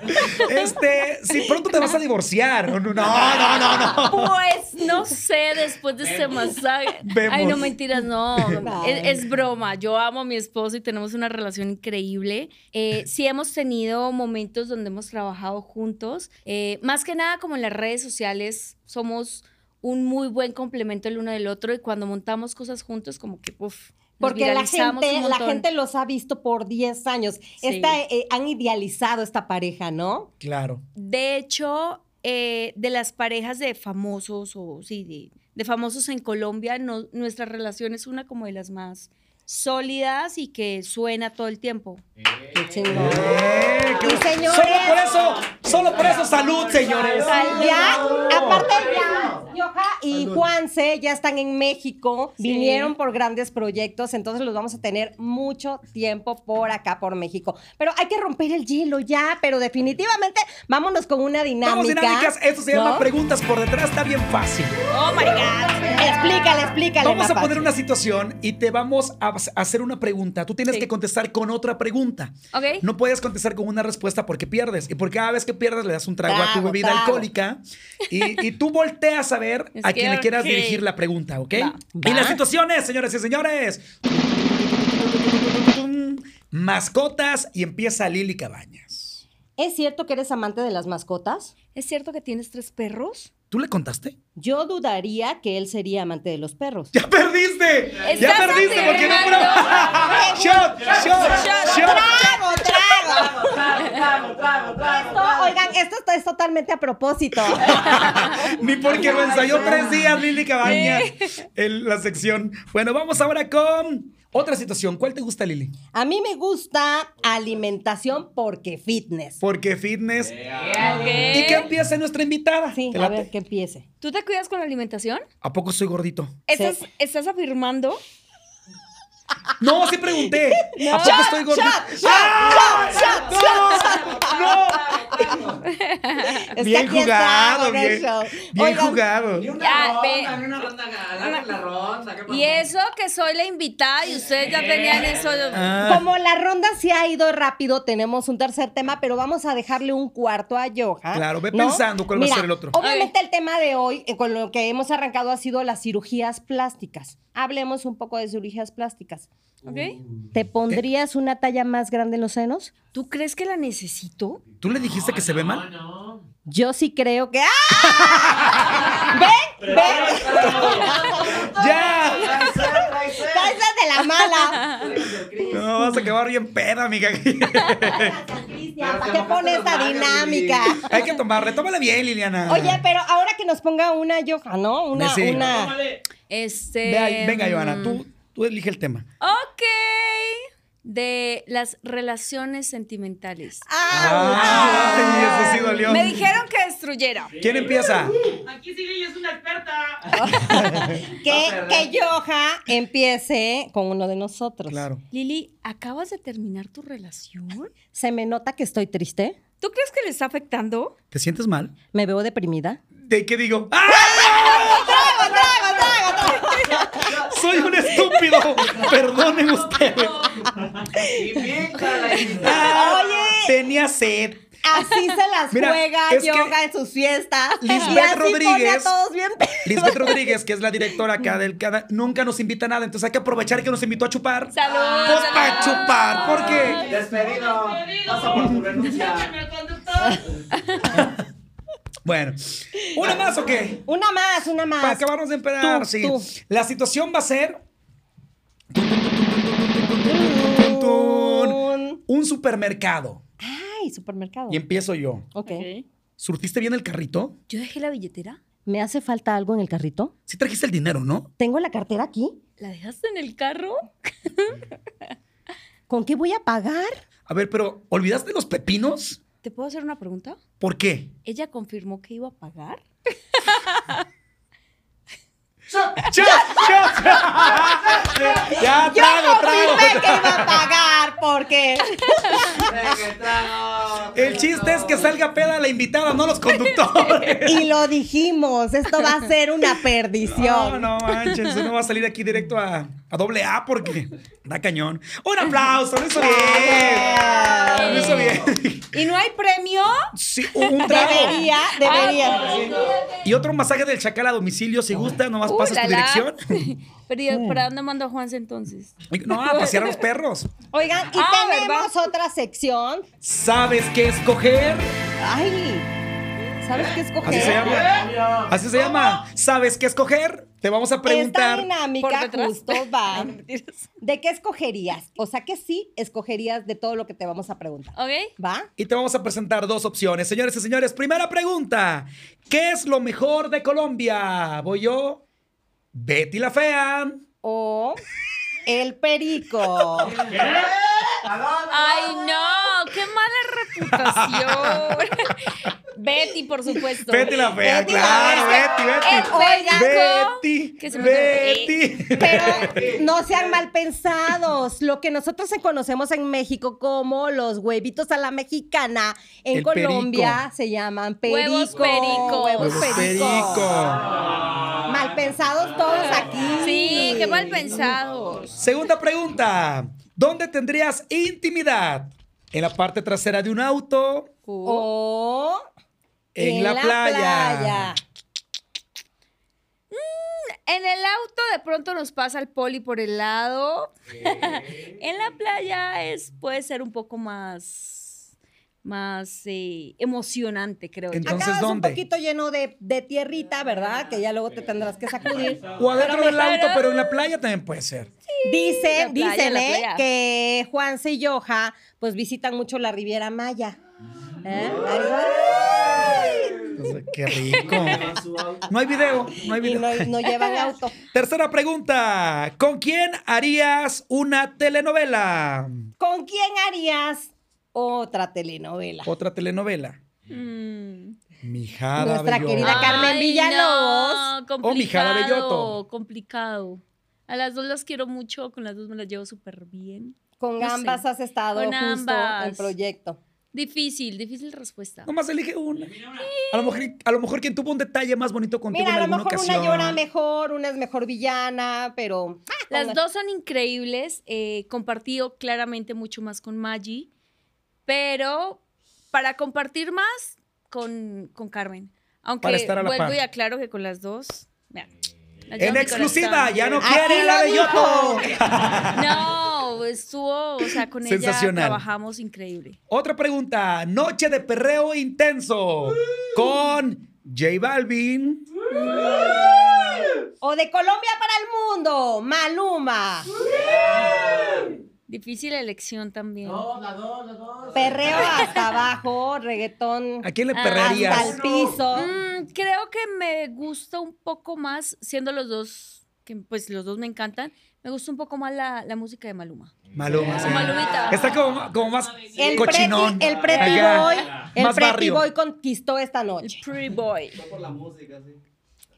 S4: Este, si pronto te vas a divorciar. No, no, no, no. no.
S6: Pues no sé, después de este masaje. Ay, no
S4: Vemos.
S6: mentiras, no.
S2: No.
S6: Es, es broma. Yo amo a mi esposo y tenemos una relación increíble. Eh, sí hemos tenido momentos donde hemos trabajado juntos. Eh, más que nada, como en las redes sociales, somos un muy buen complemento el uno del otro y cuando montamos cosas juntos, como que, uff.
S2: Porque la gente, la gente los ha visto por 10 años. Esta, eh, han idealizado esta pareja, ¿no?
S4: Claro.
S6: De hecho, eh, de las parejas de famosos o sí, de, de famosos en Colombia, no- nuestra relación es una como de las más sólidas y que suena todo el tiempo.
S2: Qué chingón.
S4: Eh,
S2: Y señores.
S4: Solo por eso, solo por eso, salud, señores.
S2: Ya, aparte ya, Yoja y Juanse ya están en México, vinieron por grandes proyectos, entonces los vamos a tener mucho tiempo por acá, por México. Pero hay que romper el hielo ya, pero definitivamente vámonos con una dinámica.
S4: Vamos dinámicas, esto se llama
S2: ¿no?
S4: preguntas por detrás, está bien fácil.
S6: Oh my God.
S2: Explícale, explícale.
S4: Vamos a
S2: papá.
S4: poner una situación y te vamos a hacer una pregunta. Tú tienes
S6: Sí.
S4: que contestar con otra pregunta.
S6: Ok.
S4: No puedes contestar con una respuesta porque pierdes. Y porque cada vez que pierdes le das un trago, a tu
S2: Trago,
S4: bebida
S2: trago.
S4: alcohólica y, y tú volteas a ver
S6: Es
S4: a
S6: que,
S4: quien le quieras
S6: ok.
S4: dirigir la pregunta, ¿ok?
S2: Va.
S4: Y
S2: Va.
S4: las situaciones, señores y señores. Mascotas y empieza Lili Cabañas.
S2: ¿Es cierto que eres amante de las mascotas?
S6: ¿Es cierto que tienes tres perros?
S4: ¿Tú le contaste? [laughs]
S2: Yo dudaría que él sería amante de los perros.
S4: ¡Ya perdiste! ¡Ya
S6: Estás
S4: perdiste! Porque no
S6: afirmando.
S4: fueron- [laughs] ¡Shot! ¡Shot! ¡Shot!
S2: ¡Trago, trago! Esto, oigan, esto está- es totalmente a
S4: [laughs]
S2: propósito.
S4: Ni porque lo ensayó tres días Lili Cabañas en la sección. Bueno, vamos ahora con otra situación. ¿Cuál te gusta, Lili?
S2: A mí me gusta alimentación porque fitness.
S4: Porque fitness. ¿Y qué
S6: Ok.
S4: empieza nuestra invitada?
S2: Sí,
S4: ¿Te
S2: a
S4: late?
S2: ver que empiece.
S6: ¿Tú te cuidas con la alimentación?
S4: ¿A poco soy gordito?
S6: ¿Estás, estás afirmando?
S4: No, sí pregunté. ¿A poco estoy gordito? ¡Ah! ¡No! ¡No!
S2: Es
S4: Bien
S2: aquí está,
S4: jugado, bien,
S2: Show.
S4: bien
S2: Oigan,
S4: jugado.
S6: Ya,
S7: una
S6: ve.
S7: ronda, ni una ronda, agarren la ronda. ¿qué pasó?
S6: Y eso que soy la invitada y ustedes ya tenían eso.
S4: Ah,
S2: Como la ronda se ha ido rápido, tenemos un tercer tema, pero vamos a dejarle un cuarto a Yoja.
S4: Claro, ve pensando cuál va a ser el otro.
S2: Obviamente el tema de hoy, eh, con lo que hemos arrancado, ha sido las cirugías plásticas. hablemos un poco de cirugías plásticas.
S6: ¿Ok?
S2: ¿Te pondrías una talla más grande en los senos?
S6: ¿Tú crees que la necesito?
S4: ¿Tú le dijiste que se ve mal?
S2: Yo sí creo
S4: [laughs]
S2: que. ¡Ah! ¡Ven! ¡Ven!
S4: ¡Ya!
S6: [laughs]
S2: ¡Esa de la mala!
S4: No, vas a acabar bien peda, amiga. [laughs]
S2: Cristian, ¿Para qué pone esta dinámica?
S4: Hay que tomarle. Tómala bien, Liliana.
S2: Oye, pero ahora que nos ponga una yoja, ¿no? Una,
S4: Sí.
S2: una.
S6: Este.
S4: Ve- venga, Joana,
S6: mm,
S4: tú, tú elige el tema.
S6: Ok. De las relaciones sentimentales.
S2: Ah,
S4: Ah. Ay, eso sí dolió.
S6: Ah, Me dijeron que destruyera.
S4: ¿Quién empieza?
S7: Aquí sí Lili es una experta.
S2: Que, que Yoja empiece con uno de nosotros.
S4: Claro.
S6: Lili, ¿acabas de terminar tu relación?
S2: Se me nota que estoy triste.
S6: ¿Tú crees que le está afectando?
S4: ¿Te sientes mal?
S2: Me veo deprimida.
S4: [laughs] ¿De qué digo? ¡Ah! ¡Soy un estúpido! Perdonen ustedes.
S6: [laughs]
S7: Invícala, Lili.
S4: Ah,
S2: Oye.
S4: Tenía sed.
S2: Así se las
S4: Mira,
S2: juega
S4: es que
S2: yoga en sus fiestas.
S4: Lisbeth
S2: y así pone a
S4: Rodríguez-
S2: todos bien pe-
S4: Lisbeth Rodríguez, que es la directora acá del cada, nunca nos invita a nada, entonces hay que aprovechar que nos invitó a chupar.
S6: ¡Salud!
S4: Pues para chupar, porque
S7: Despedido. Pasa por tu renuncia.
S4: bueno, una más o qué?
S2: [laughs] Una más, una más.
S4: Para acabarnos de emperar,
S2: Tú,
S4: sí.
S2: tú.
S4: La situación va a ser tun, tun, un supermercado.
S2: Ay, supermercado.
S4: Y em- empiezo yo.
S2: ok.
S4: ¿Surtiste bien el carrito?
S6: ¿Yo dejé la billetera?
S2: ¿Me hace falta algo en el carrito?
S4: Sí trajiste el dinero, ¿no?
S2: ¿Tengo la cartera aquí?
S6: ¿La dejaste en el carro?
S2: ¿Con qué voy a pagar?
S4: [laughs] A ver, pero ¿olvidaste los pepinos?
S6: ¿Te puedo hacer una pregunta?
S4: ¿Por qué?
S6: ¿Ella confirmó que iba a pagar?
S4: ¡Ya! ¡Ya! ¡Ya! ¡Trago,
S2: Confirmé que
S4: trago!
S2: iba a pagar porque
S4: El chiste es que salga peda la invitada, no los conductores.
S2: y lo dijimos, esto va a ser una
S4: No,
S2: perdición.
S4: no manches, uno va a salir aquí directo a, a doble A porque da cañón. ¡Un aplauso! ¡Lo hizo bien! ¡Lo hizo bien!
S6: ¿Y no hay premio? Ah,
S4: Sí, un trago.
S2: Debería, debería.
S4: Ah, Y otro masaje del chacal a domicilio, si gusta, nomás
S6: Uh,
S4: pasas
S6: la,
S4: tu
S6: la.
S4: dirección.
S6: [laughs]
S4: Mm.
S6: Pero ¿y ¿para dónde mando a Juanse entonces?
S4: No, a pasear a los perros.
S2: Oigan, y
S6: Ah,
S2: tenemos otra sección.
S4: ¿Sabes qué escoger?
S2: Ay, ¿sabes qué escoger?
S4: Así se llama. Así se llama. ¿Sabes qué escoger? Te vamos a
S2: Esta
S4: preguntar.
S6: Por
S2: dinámica
S6: detrás. [laughs]
S2: justo va.
S6: Ay, no, mentiras.
S2: ¿De qué escogerías? O sea, que sí escogerías de todo lo que te vamos a preguntar.
S6: ¿Ok?
S2: ¿Va?
S4: Y te vamos a presentar dos opciones. Señores y señores, primera pregunta. ¿Qué es lo mejor de Colombia? Voy yo. Betty la Fea.
S2: O
S4: [laughs]
S2: el perico.
S6: ¡Ay, no! ¡Qué mala
S2: [laughs]
S6: reputación! Betty, por supuesto.
S4: Betty la Fea,
S2: Betty la
S4: claro,
S2: Fea.
S4: Betty, Eh,
S2: Oigan,
S4: Betty.
S6: que se
S4: Betty,
S6: me
S4: Betty. [laughs]
S2: Pero no sean mal pensados. Lo que nosotros conocemos en México como los huevitos a la mexicana, en
S4: El
S2: Colombia
S4: perico.
S2: se llaman perico.
S6: Huevos perico.
S2: Huevos
S4: Huevos
S2: perico.
S4: perico.
S2: Mal pensados todos aquí.
S6: Sí, qué mal pensados.
S4: Segunda pregunta. ¿Dónde tendrías intimidad? ¿En la parte trasera de un auto?
S2: O
S4: En, la, playa.
S6: En el auto de pronto nos pasa el poli por el lado. en la playa es, puede ser un poco más, más eh, emocionante, creo yo.
S4: Entonces,
S2: Acabas
S4: ¿dónde?
S2: un poquito lleno de, de tierrita, ¿verdad? Que ya luego te tendrás que
S4: [laughs]
S2: sacudir.
S4: O adentro del auto, pero en la playa también puede ser.
S2: Dicen,
S6: la playa,
S2: dicen,
S6: la
S2: ¿eh?
S6: playa.
S2: Que Juanse y Yoja, pues visitan mucho la Riviera Maya. ¿Eh? Ay,
S4: Entonces, Pues, Qué rico. No hay video, no hay
S2: Y
S4: video.
S2: no, no llevan auto.
S4: Tercera pregunta. ¿Con quién harías una telenovela?
S2: ¿Con quién harías otra telenovela?
S4: Otra telenovela.
S6: Mm.
S4: Mi Jada
S2: Nuestra
S4: Bello. Ah,
S2: querida- Carmen
S6: Ay,
S2: Villalobos.
S4: O
S6: No,
S4: Oh, mi Jada
S6: complicado,
S4: Belloto.
S6: complicado. A las dos las quiero mucho, con las dos me las llevo súper bien.
S2: Con
S6: No sé.
S2: ambas has estado
S6: Con
S2: justo en
S6: ambas.
S2: proyecto.
S6: Difícil, difícil respuesta.
S4: Nomás elige una. A lo, mejor, a lo mejor quien tuvo un detalle más bonito contigo
S2: Mira, a
S4: en
S2: lo
S4: alguna
S2: mejor
S4: ocasión.
S2: una llora mejor, una es mejor villana, pero. ah,
S6: Las
S2: con-
S6: dos son increíbles. eh, compartido claramente mucho más con Maggie. Pero para compartir más con, con Carmen. Aunque
S4: Para estar a la
S6: vuelvo
S4: par.
S6: y aclaro que con las dos. mira, Adiós,
S4: En
S6: mi
S4: exclusiva,
S6: corazón.
S4: ya no
S2: Aquí
S4: quieren
S2: lo
S4: la de
S2: dijo.
S4: Yoto.
S6: [laughs] No, estuvo, o sea, con ella
S4: Sensacional.
S6: trabajamos increíble.
S4: Otra pregunta. Noche de perreo intenso con J Balvin.
S2: O de Colombia para el mundo, Maluma.
S6: Difícil elección también.
S4: [laughs]
S2: Perreo hasta abajo, reggaetón
S4: ¿A quién le
S2: Ah, hasta
S4: perrearías?
S2: el piso.
S6: Mm, creo que me gusta un poco más, siendo los dos, que pues los dos me encantan, me gusta un poco más la, la música de Maluma.
S4: Maluma. sí.
S6: Malumita.
S4: Está como, como más
S2: El Pretty,
S4: cochinón.
S2: el pretty
S4: Acá.
S2: boy, el
S4: Más
S2: pretty
S4: barrio.
S2: boy conquistó esta
S6: El
S2: noche.
S6: Pretty Boy.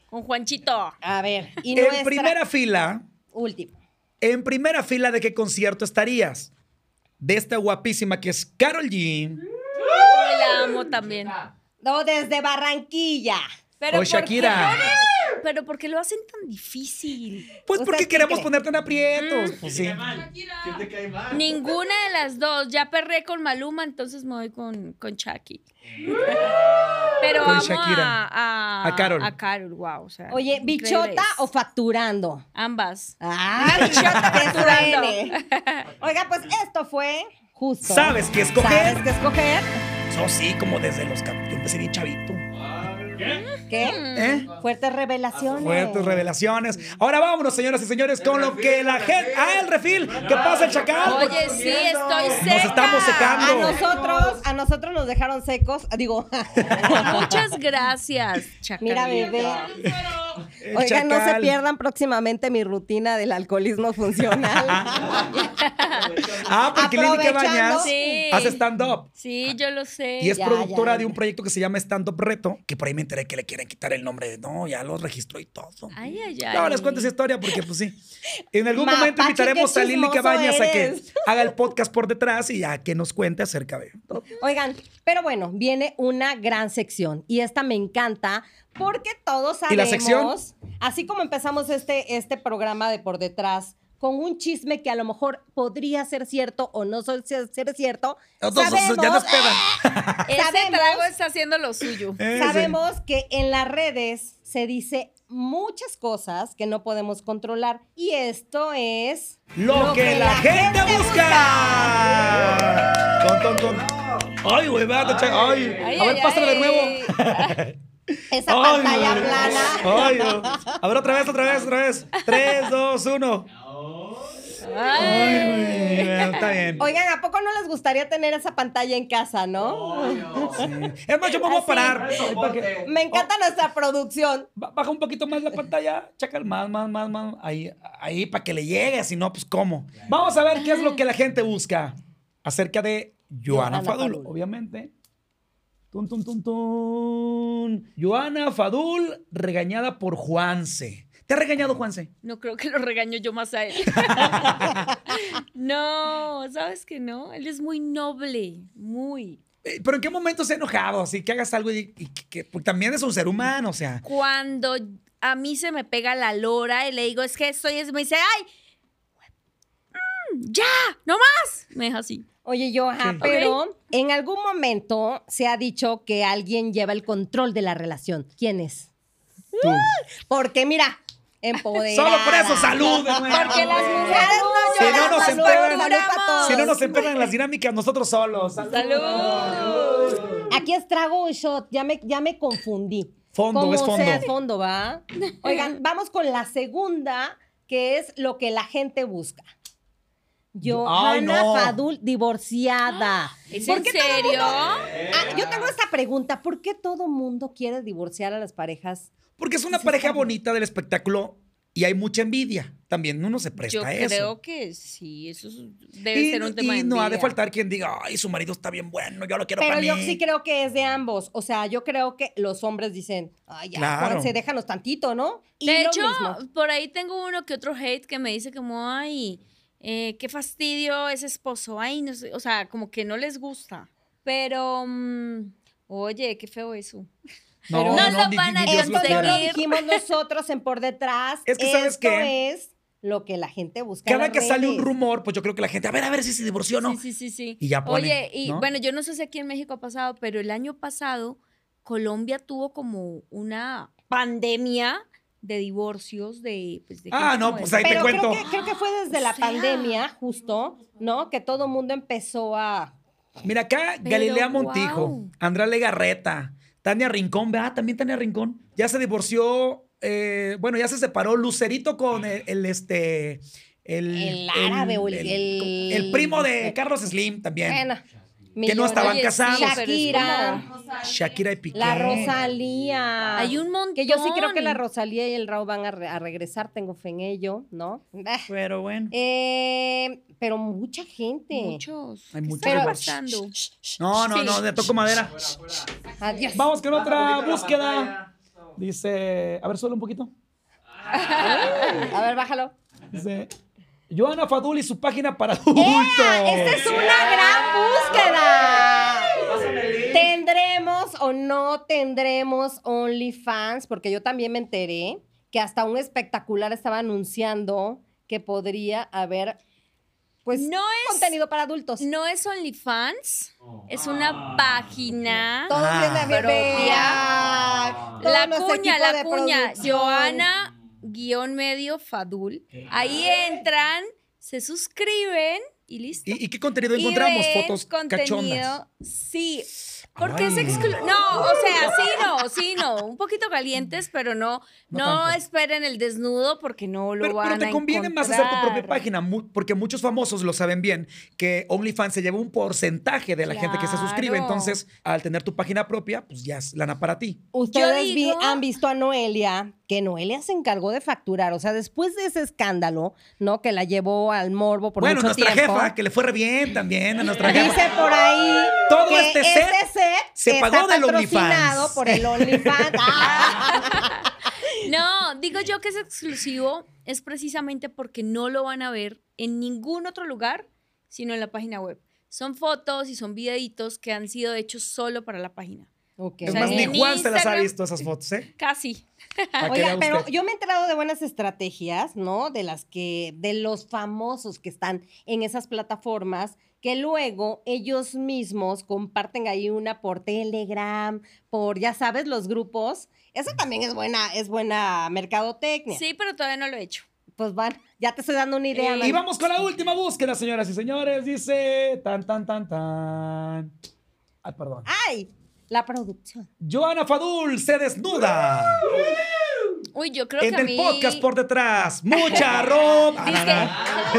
S6: Con Juanchito.
S2: A ver, y
S4: En
S2: nuestra
S4: primera fila,
S2: última.
S4: en primera fila de qué concierto estarías? De esta guapísima que es Carol G.
S6: Ay, La amo también.
S2: No, desde Barranquilla.
S6: Pero
S4: O
S6: ¿por qué
S4: Shakira.
S6: lo- Pero porque lo hacen tan difícil.
S4: Pues
S2: ¿Usted
S4: porque
S2: qué Mm.
S4: queremos
S2: cree?
S4: ponerte en aprietos. Pues sí.
S6: Ninguna de las dos. Ya perré con Maluma, entonces me voy con, con Shaki. Pero
S4: Con
S6: amo
S4: Shakira.
S6: a, a,
S4: A Karol.
S6: A Karol, wow. o sea,
S2: Oye,
S6: increíbles.
S2: ¿bichota o facturando?
S6: Ambas. [laughs]
S2: Ah, bichota
S6: Facturando.
S2: que suene. Oiga, pues esto fue justo.
S4: ¿Sabes qué escoger?
S2: ¿Sabes qué escoger?
S4: No, sí, como desde los cam- Yo empecé bien chavito.
S2: ¿Qué?
S4: ¿Eh?
S2: Fuertes revelaciones.
S4: Fuertes revelaciones. Ahora vámonos, señoras y señores, con lo que la gente. ¡Ah, el refil! ¿Qué pasa, el chacal?
S6: Oye, sí, estoy seca.
S4: Nos estamos
S2: A
S4: secando.
S2: nosotros, a nosotros nos dejaron secos. [laughs] Digo,
S6: Muchas gracias, Chacarita.
S2: mira, bebé.
S4: El
S2: Oigan, no se
S4: chacal.
S2: pierdan próximamente mi rutina del alcoholismo funcional.
S4: [laughs] Ah, porque Lili, que
S2: Aprovechando.
S4: bañas?
S6: Sí.
S4: Hace stand-up.
S6: Sí, yo lo sé.
S4: Y es
S2: Ya,
S4: productora
S2: ya,
S4: de un
S2: ya.
S4: proyecto que se llama Stand Up Reto, que por ahí me enteré que le quieren quitar el nombre. de- No, ya lo registró y todo.
S6: Ay, ay, ay.
S4: No, les cuento esa historia porque, pues sí. En algún
S2: Mapache,
S4: momento
S2: qué
S4: invitaremos a Lili
S2: chismoso
S4: Cabañas a que
S2: eres.
S4: haga el podcast por detrás y a que nos cuente acerca de.
S2: Oigan, pero bueno, viene una gran sección y esta me encanta porque todos sabemos,
S4: ¿Y la sección?
S2: así como empezamos este, este programa de por detrás con un chisme que a lo mejor podría ser cierto o no ser ser cierto, sabemos,
S4: ya nos pedan.
S6: Ese
S2: sabemos-
S6: trago está haciendo lo suyo.
S4: Eh,
S2: sabemos que en las redes se dice muchas cosas que no podemos controlar y esto es
S4: sí. Lo, que, la, gente busca. Ton, ton, ton. Ay, güey, vete, cha- Ay,
S6: Ay,
S4: a ver,
S6: ay,
S4: pásalo de
S6: ay.
S4: nuevo.
S2: esa
S4: Ay,
S2: pantalla
S4: güey.
S2: plana.
S4: Ay, güey. a ver, otra vez, otra vez, otra vez. Tres, dos, uno. Ay, güey, bueno, está bien.
S2: Oigan, ¿a poco no les gustaría tener esa pantalla en casa, no?
S4: [laughs] Sí. Es más, yo me voy a parar. Ay, para Mm, que-
S2: Me encanta nuestra producción.
S4: Ba- Baja un poquito más la pantalla, chacal, más, más, más, más. Ahí, ahí para que le llegue, si no, pues cómo. Vamos a ver qué es lo que la gente busca acerca de Joana
S2: Joana
S4: Fadul,
S2: Fadul.
S4: obviamente. Tun, tun, tun, tun. Joana Fadul, regañada por Juanse. ¿Te ha regañado Juanse?
S6: No creo que lo regaño yo más
S4: [laughs]
S6: a él. no, ¿sabes que no? Él es muy noble, muy.
S4: Eh, ¿Pero en qué momento se ha enojado? Así que hagas algo y, y que, que- porque también es un ser humano, o sea.
S6: Cuando a mí se me pega la lora y le digo, es que estoy, es, me dice, ¡ay! mm, ¡Ya! ¡No más! Me deja así.
S2: Oye, Johan,
S4: Sí.
S2: pero en algún momento se ha dicho que alguien lleva el control de la relación. ¿Quién es?
S4: Tú.
S2: Porque mira, empoderada.
S4: Solo por eso, salud. de nuevo.
S6: Porque las mujeres
S4: Si
S6: no
S4: no
S6: lloran,
S4: nos
S6: salud,
S4: empedan-
S6: lloramos.
S4: Si no nos empedan las dinámicas, nosotros solos.
S6: ¡Salud!
S2: Aquí es trago o shot, ya me, ya me confundí.
S4: Fondo,
S2: Como
S4: es fondo.
S2: sea, es fondo, ¿va? Oigan, vamos con la segunda, que es lo que la gente busca.
S4: Ay,
S2: Johanna
S4: no.
S2: Fadul, divorciada.
S6: ¿Es
S2: ¿Por
S6: Ah, en
S2: qué todo mundo-
S6: serio?
S2: Ah, yo tengo esta pregunta. ¿Por qué todo mundo quiere divorciar a las parejas?
S4: Porque es una pareja bonita del espectáculo y hay mucha envidia. También uno se presta
S6: Yo
S4: a eso.
S6: creo que sí, eso es- debe
S4: y,
S6: ser un tema
S4: y
S6: de
S4: no ha de
S6: envidia.
S4: faltar quien diga, ay, su marido está bien bueno, yo lo quiero
S2: Pero
S4: para
S2: yo
S4: mí".
S2: sí creo que es de ambos. O sea, yo creo que los hombres dicen, ay, ya,
S4: Claro.
S2: Juanse, déjanos tantito, ¿no? Y
S6: de
S2: lo
S6: hecho,
S2: mismo.
S6: por ahí tengo uno que otro hate que me dice como, ay, eh, qué fastidio ese esposo, ay, no sé, o sea, como que no les gusta. Pero, mm, oye, qué feo eso.
S2: Pero no
S6: lo
S4: ni-
S6: van
S4: ni
S6: a
S4: Dios
S2: Esto
S4: lo
S6: conseguir.
S2: no
S4: quiera.
S2: lo dijimos nosotros en Por Detrás.
S4: Es que, ¿sabes
S2: Esto
S4: qué?
S2: es lo que la gente busca. en
S4: Cada
S2: las
S4: que sale un
S2: redes.
S4: rumor, pues yo creo que la gente, a ver, a ver si se divorció o no.
S6: Sí, sí, sí, sí.
S4: Y ya ponen,
S6: Oye, y
S4: ¿no?
S6: bueno, yo no sé si aquí en México ha pasado, pero el año pasado Colombia tuvo como una pandemia de divorcios, de... pues, de
S4: Ah,
S6: gente
S4: no,
S6: como
S4: pues
S6: esa.
S4: ahí te
S2: Pero creo
S4: cuento.
S2: que, creo que fue desde la pandemia, justo, ¿no? Que todo mundo empezó a.
S4: Mira, acá
S6: Pero,
S4: Galilea Montijo,
S6: wow.
S4: Andrea Legarreta, Tania Rincón, ¿verdad? También Tania Rincón. Ya se divorció, eh, bueno, ya se separó Lucerito con el, el, este. El,
S2: El árabe o el- el- eh,
S4: el primo de Carlos Slim también.
S2: Bueno,
S4: Que no estaban
S2: millones.
S4: casados.
S2: Shakira,
S4: Shakira y Piqué.
S2: la Rosalía.
S6: Hay
S4: Ah.
S6: un montón.
S2: Que yo sí creo que la Rosalía y el Raúl van a, re- a regresar, tengo fe en ello, ¿no? [laughs]
S4: Pero bueno.
S2: Eh, pero mucha gente.
S6: Muchos.
S4: Hay
S6: ¿Qué
S4: muchos
S6: está
S4: divorcios.
S6: pasando?
S4: No, no, no, le toco madera.
S2: Adiós.
S4: Vamos con otra
S7: Poquito la
S4: búsqueda.
S7: pantalla.
S4: Dice, a ver, solo un poquito.
S2: A ver, bájalo.
S4: Dice, Joana Fadul y su página para adultos.
S2: Esta ¡Eh! Este es una gran búsqueda.
S7: Pásame el link.
S2: ¿Tendremos o no tendremos OnlyFans? Porque yo también me enteré que hasta un espectacular estaba anunciando que podría haber, pues,
S6: No es-
S2: contenido para adultos.
S6: No es OnlyFans, es una página.
S2: Todo
S4: Ah,
S2: viene de
S6: propia.
S2: bebé. Todo
S6: La
S2: nuestro
S6: cuña,
S2: equipo
S6: la
S2: de
S6: cuña.
S2: producción.
S6: Joana, guión medio, Fadul. Ahí entran, se suscriben y listo.
S4: ¿Y, y qué contenido encontramos?
S6: Y ven
S4: Fotos cachondas. Ah,
S6: contenido. Sí. Porque es exclu- No, o sea, sí no, sí no. Un poquito calientes, pero no,
S4: No
S6: no,
S4: tanto.
S6: esperen el desnudo porque no lo
S4: Pero,
S6: van
S4: pero
S6: a
S4: te conviene más hacer tu propia
S6: encontrar.
S4: página, mu- porque muchos famosos lo saben bien, que OnlyFans se lleva un porcentaje de la gente que se suscribe.
S6: Claro.
S4: Entonces, al tener tu página propia, pues ya es lana para ti.
S2: Ustedes vi-
S6: digo-
S2: han visto a Noelia, que Noelia se encargó de facturar. O sea, después de ese escándalo, ¿no? Que la llevó al morbo por
S4: bueno,
S2: mucho
S4: nuestra
S2: tiempo.
S4: jefa, que le fue re bien también a nuestra
S2: Dice
S4: jefa.
S2: por ahí
S4: Todo
S2: que
S4: este set se
S2: está
S4: pagó del
S2: patrocinado
S4: OnlyFans.
S2: por
S4: [laughs]
S2: el OnlyFans. Ah,
S6: No, digo yo que es exclusivo, es precisamente porque no lo van a ver en ningún otro lugar, sino en la página web. Son fotos y son videitos que han sido hechos solo para la página.
S2: ok.
S4: Es
S6: O sea,
S4: más, ni
S6: en
S4: Juan se las ha
S6: Instagram-
S4: visto esas fotos,
S6: [laughs]
S4: ¿eh?
S6: Casi.
S4: Para que
S2: Oiga,
S4: vea usted.
S2: pero yo me he enterado de buenas estrategias, ¿no? De las que, de los famosos que están en esas plataformas, que luego ellos mismos comparten ahí una por Telegram, por, ya sabes, los grupos. Eso también es buena, es buena mercadotecnia.
S6: Sí, pero todavía no lo he hecho.
S2: Pues van, ya te estoy dando una idea.
S4: Eh, Y
S2: man.
S4: vamos con la última búsqueda, señoras y señores. Dice, tan, tan, tan, tan. Ay, perdón.
S2: ¡Ay! La producción.
S4: Joana Fadul se desnuda
S6: Uy, yo creo
S4: en
S6: que a
S4: el
S6: mí...
S4: podcast por detrás.
S6: [laughs]
S4: Mucha ropa. Ah,
S6: Dice-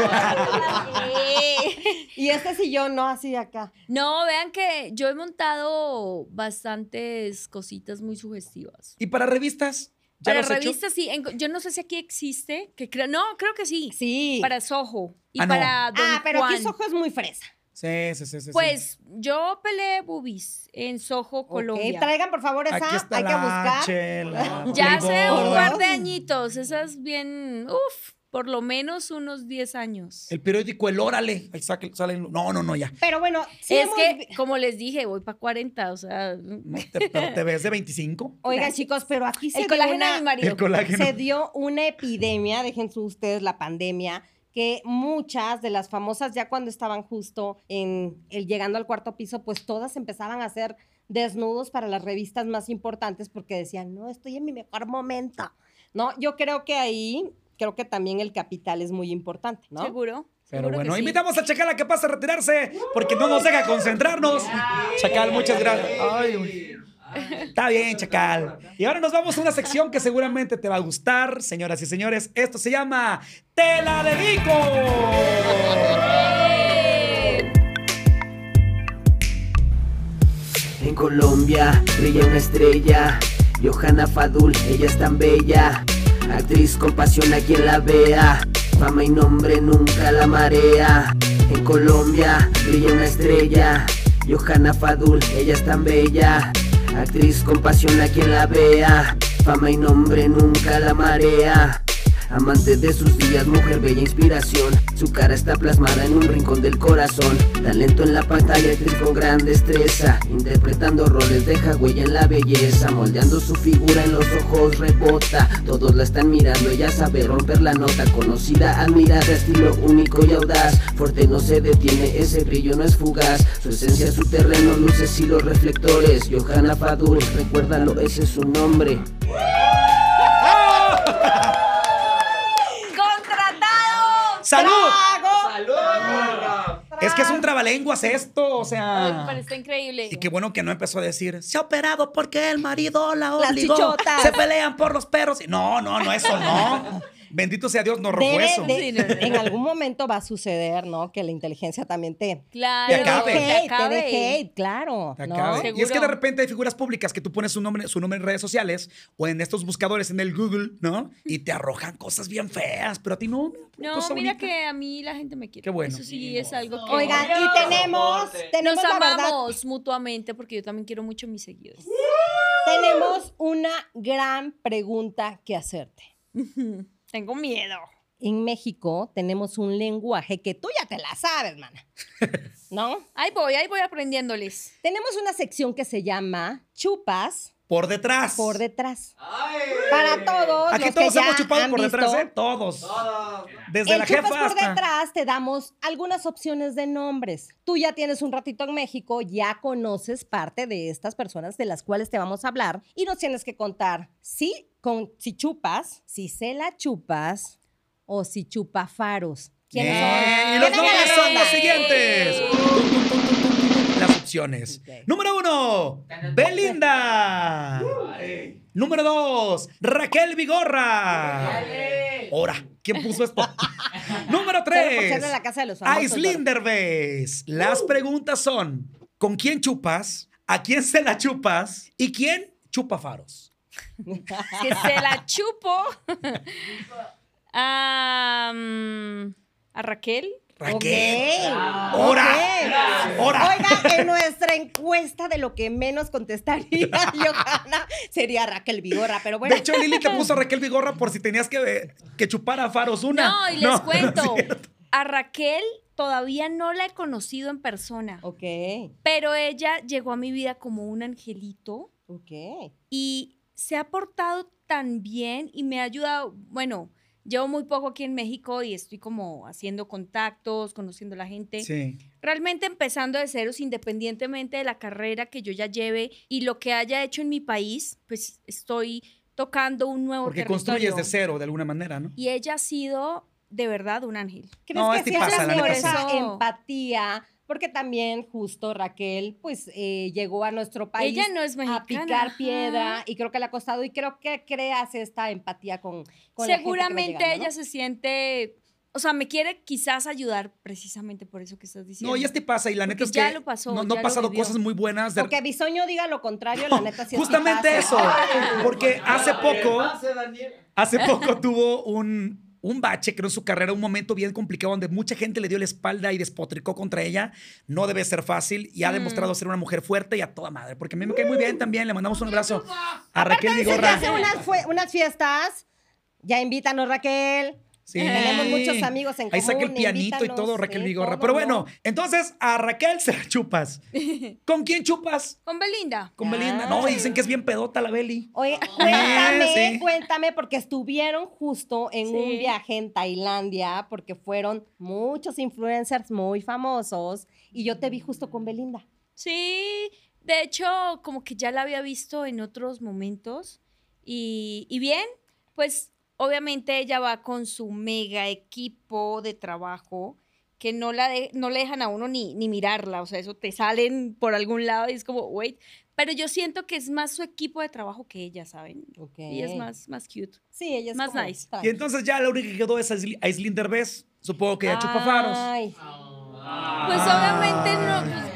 S4: no, no. [laughs]
S2: Y este sillón no así acá.
S6: No, vean que yo he montado bastantes cositas muy sugestivas.
S4: ¿Y para revistas? ¿Ya lo
S6: Para
S4: has hecho?
S6: revistas, sí. en- yo no sé si aquí existe. Que creo- no, creo que sí.
S2: Sí.
S6: Para Soho y
S4: Ah, no.
S6: para Don
S2: ah, pero aquí
S6: Juan.
S2: Soho es muy fresa.
S4: Sí, sí, sí, sí, sí.
S6: Pues yo peleé boobies en Soho,
S2: Ok,
S6: Colombia.
S2: Traigan, por favor, esa.
S4: aquí está
S2: Hay que
S4: la
S2: buscar.
S4: H, la Playboy.
S6: ya hace un par de
S2: Ay.
S6: añitos, esas bien, uff, por lo menos unos 10 años.
S4: El periódico El Órale. Ahí saque- sale- No, no, no, ya.
S2: Pero bueno, sí
S6: es
S2: hemos vi-
S6: que, como les dije, voy para 40, o sea,
S4: No, te, pero te ves de 25.
S2: Oigan,
S6: Gracias.
S2: chicos, pero aquí se
S6: el
S2: dio,
S6: colágeno de mi
S2: una,
S6: marido.
S4: El colágeno.
S2: se dio una epidemia, déjense ustedes la pandemia, que muchas de las famosas, ya cuando estaban justo en el llegando al cuarto piso, pues todas empezaban a hacer desnudos para las revistas más importantes porque decían, no, estoy en mi mejor momento. No, yo creo que ahí, creo que también el capital es muy importante, ¿no?
S6: Seguro.
S4: Pero
S6: seguro que
S4: bueno,
S6: sí.
S4: invitamos a Chacal a que pase a retirarse porque no nos deja concentrarnos. Chacal, muchas gracias. Ay, uy. Está bien, Chacal. Y ahora nos vamos a una sección que seguramente te va a gustar, señoras y señores. Esto se llama Te la dedico.
S5: En Colombia brilla una estrella, Johanna Fadul, ella es tan bella, actriz con pasión a quien la vea, fama y nombre nunca la marea. En Colombia brilla una estrella, Johanna Fadul, ella es tan bella, actriz con pasión a quien la vea, fama y nombre nunca la marea. Amante de sus días, mujer bella inspiración. Su cara está plasmada en un rincón del corazón. Talento en la pantalla, actriz con gran destreza. Interpretando roles, deja huella en la belleza. Moldeando su figura en los ojos, rebota. Todos la están mirando, ella sabe romper la nota. Conocida, admirada, estilo único y audaz. Fuerte no se detiene, ese brillo no es fugaz. Su esencia, su terreno, luces y los reflectores. Johanna Fadul, recuérdalo, ese es su nombre.
S4: trabalenguas esto, o sea.
S6: Ay, pero está increíble.
S4: Ah. Y qué bueno que no empezó a decir, se ha operado porque el marido la
S2: Las
S4: obligó.
S2: chichotas.
S4: Se pelean por los perros. No, no, no, eso no. Bendito sea Dios, no rojó
S2: Debe
S4: eso.
S2: de-
S6: Sí, no, no.
S2: en algún momento va a suceder, ¿no? Que la inteligencia también te,
S6: Claro.
S4: Te acabe.
S2: te
S6: te
S2: dé hate, te
S6: acabe.
S2: dé hate, claro.
S4: Te
S2: ¿no?
S4: acabas.
S6: Seguro.
S4: Y es que de repente hay figuras públicas que tú pones su nombre, su nombre en redes sociales o en estos buscadores en el Google,
S2: [laughs]
S4: ¿no? Y te arrojan cosas bien feas, pero a ti no. mira, pura
S6: No,
S4: cosa
S6: mira
S4: bonita.
S6: que a mí la gente me quiere.
S4: Qué bueno.
S6: Eso sí es algo que.
S2: Oigan, y tenemos,
S7: Soporte.
S2: tenemos
S6: nos
S2: la verdad,
S6: amamos mutuamente porque yo también quiero mucho a mis seguidores.
S2: tenemos una gran pregunta que hacerte.
S6: Tengo miedo.
S2: En México tenemos un lenguaje que tú ya te la
S4: [laughs]
S2: sabes, mana. ¿No?
S6: Ahí voy, ahí voy aprendiéndoles.
S2: Tenemos una sección que se llama Chupas
S4: Por detrás.
S2: por detrás.
S7: Ay.
S2: Para todos
S4: Aquí
S2: los
S4: todos
S2: que ya
S4: hemos chupado
S2: han
S4: por detrás,
S2: visto,
S4: ¿eh? Todos.
S7: Todo.
S4: Desde
S2: en
S4: la
S2: Chupas
S4: jefa
S2: por
S4: hasta.
S2: detrás te damos algunas opciones de nombres. Tú ya tienes un ratito en México, ya conoces parte de estas personas de las cuales te vamos a hablar y nos tienes que contar si, con, si chupas, si se la chupas o si chupa faros. ¿Quiénes
S4: Bien.
S2: son?
S4: Y los
S2: ¿Quiénes
S4: nombres son los
S2: son?
S4: siguientes. Las opciones.
S2: Ok.
S4: Número uno, Belinda. Número dos, Raquel Vigorra. Ahora, ¿quién puso
S6: [laughs]
S4: esto? Número
S2: Solo por ser de la
S4: tres,
S2: casa de los famosos, ¿verdad?
S4: Aislinder Derbez.
S6: ¡Uh!
S4: Las preguntas son, ¿con quién chupas? ¿A quién se la chupas? ¿Y quién chupa faros?
S6: Que se [laughs] la chupo. a, mm, a Raquel.
S4: Raquel.
S2: Ok.
S4: Ahora.
S2: Ok.
S4: Ahora.
S2: Oiga, en nuestra encuesta de lo que menos contestaría [laughs] Johanna sería Raquel Vigorra, pero bueno.
S4: De hecho, Lili te
S6: [laughs]
S4: puso Raquel Vigorra por si tenías que, que chupar a faros una.
S6: No, [laughs] y les
S4: [laughs]
S6: cuento. a Raquel todavía no la he conocido en persona,
S2: Ok,
S6: pero ella llegó a mi vida como un angelito
S2: ok.
S6: y se ha portado tan bien y me ha ayudado, bueno, llevo muy poco aquí en México y estoy como haciendo contactos, conociendo a la gente.
S4: Sí.
S6: Realmente empezando de ceros, independientemente de la carrera que yo ya lleve y lo que haya hecho en mi país, pues estoy tocando un nuevo
S4: Porque
S6: territorio.
S4: construyes de cero de alguna manera, ¿no?
S6: Y ella ha sido de verdad un ángel.
S2: ¿Crees
S4: No,
S2: que
S4: es
S2: sí
S4: tipaza,
S2: haces
S6: la
S2: por
S6: neta.
S2: esa
S6: Eso.
S2: empatía? Porque también justo Raquel, pues eh, llegó a nuestro país
S6: ella no es mexicana.
S2: a picar
S6: ajá.
S2: piedra y creo que le ha costado y creo que creas esta empatía con, con la gente que va
S6: Seguramente
S2: llegando,
S6: ella se siente, o sea, me quiere quizás ayudar precisamente por eso que estás diciendo.
S4: No, ya te pasa y este la neta
S6: Porque
S4: es que
S6: ya lo pasó,
S4: no, no
S6: ya
S4: han
S6: lo
S4: pasado
S6: vivió.
S4: cosas muy buenas. de-
S2: ¿no? Porque Bisoño diga lo contrario, la neta sí es ¿eh?
S4: Justamente
S2: tipaza.
S4: eso. Porque hace poco,
S7: Pase, Daniel.
S4: hace poco tuvo un, un bache, creo, en su carrera, un momento bien complicado donde mucha gente le dio la espalda y despotricó contra ella. No debe ser fácil
S2: Mm.
S4: y ha demostrado ser una mujer fuerte y a toda madre. Porque a mí me cae muy bien también. Le mandamos un abrazo a Raquel
S2: Dice que
S4: Vigorra.
S2: hace unas, fue- unas fiestas, ya invítanos Raquel.
S4: Sí.
S2: Eh, Tenemos muchos amigos en
S4: Ahí saca el
S2: común,
S4: pianito y
S2: invítanos,
S4: todo, Raquel
S2: sí,
S4: Vigorra.
S2: todo,
S4: Pero
S2: ¿no?
S4: bueno, entonces a Raquel se la
S2: [laughs]
S4: chupas. ¿Con quién chupas?
S6: Con Belinda.
S4: Con
S2: Ah.
S4: Belinda. No, dicen que es bien pedota la Beli.
S2: Oye,
S6: Ah.
S2: cuéntame,
S4: sí.
S2: cuéntame, porque estuvieron justo en un viaje en Tailandia, porque fueron muchos influencers muy famosos, y yo te vi justo con Belinda.
S6: Sí, de hecho, como que ya la había visto en otros momentos. Y, y bien, pues obviamente ella va con su mega equipo de trabajo que no la de- no le dejan a uno ni, ni mirarla, o sea, eso te salen por algún lado y es como, wait, pero yo siento que es más su equipo de trabajo que ella, ¿saben? Y es más, más cute.
S2: Sí, ella es
S6: más
S2: como
S6: nice.
S4: Y
S2: tranqui.
S4: entonces ya la única que quedó es Aisli- Aislinder Derbez. Supongo que ya chupa faros.
S2: Ay,
S6: Pues obviamente no... mm,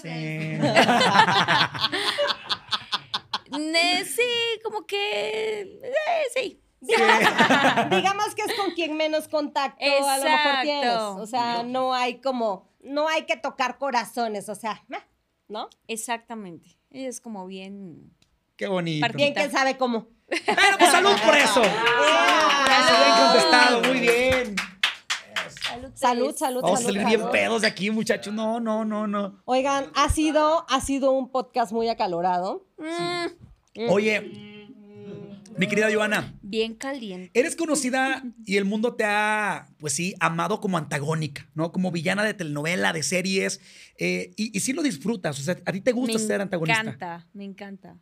S4: Sí.
S2: [laughs]
S6: mm, ne- sí, como que... eh, sí.
S2: digamos, [laughs] digamos que es con quien menos contacto a lo mejor
S6: Exacto.
S2: tienes. O sea, no hay como, no hay que tocar corazones, o sea, ah, ¿no?
S6: Exactamente. Ella es como bien.
S4: Qué bonito.
S6: Partí-
S2: ¿Quién, quién sabe cómo?
S4: Pero pues salud por
S6: [laughs]
S4: eso. Eso, bien contestado, muy bien.
S2: Salud, salud,
S4: Vamos a
S2: salud.
S4: salir bien
S2: salud.
S4: pedos de aquí, muchachos. No, no, no, no.
S2: Oigan, ha sido, ha sido un podcast muy acalorado.
S6: Mm,
S4: Oye, mi querida Joana.
S6: bien caliente.
S4: Eres conocida y el mundo te ha, pues sí, amado como antagónica, ¿no? Como villana de telenovela, de series. eh, y, y sí lo disfrutas, o sea, a ti te gusta
S6: me
S4: ser antagonista.
S6: encanta, [laughs] me encanta.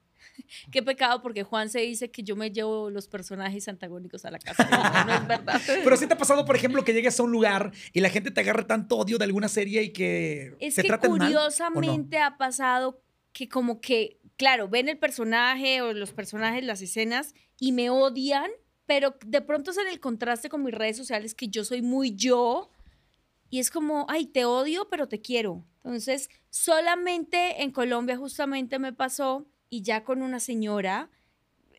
S6: Qué pecado, porque Juan se dice que yo me llevo los personajes antagónicos a la casa. No, no es verdad.
S4: Pero sí te ha pasado, por ejemplo, que llegues a un lugar y la gente te agarre tanto odio de alguna serie y que
S6: Es
S4: se
S6: que
S4: traten mal, ¿o no?
S6: curiosamente ha pasado que como que, claro, ven el personaje o los personajes, las escenas y me odian, pero de pronto es en el contraste con mis redes sociales que yo soy muy yo y es como, ay, te odio, pero te quiero. Entonces, solamente en Colombia justamente me pasó y ya con una señora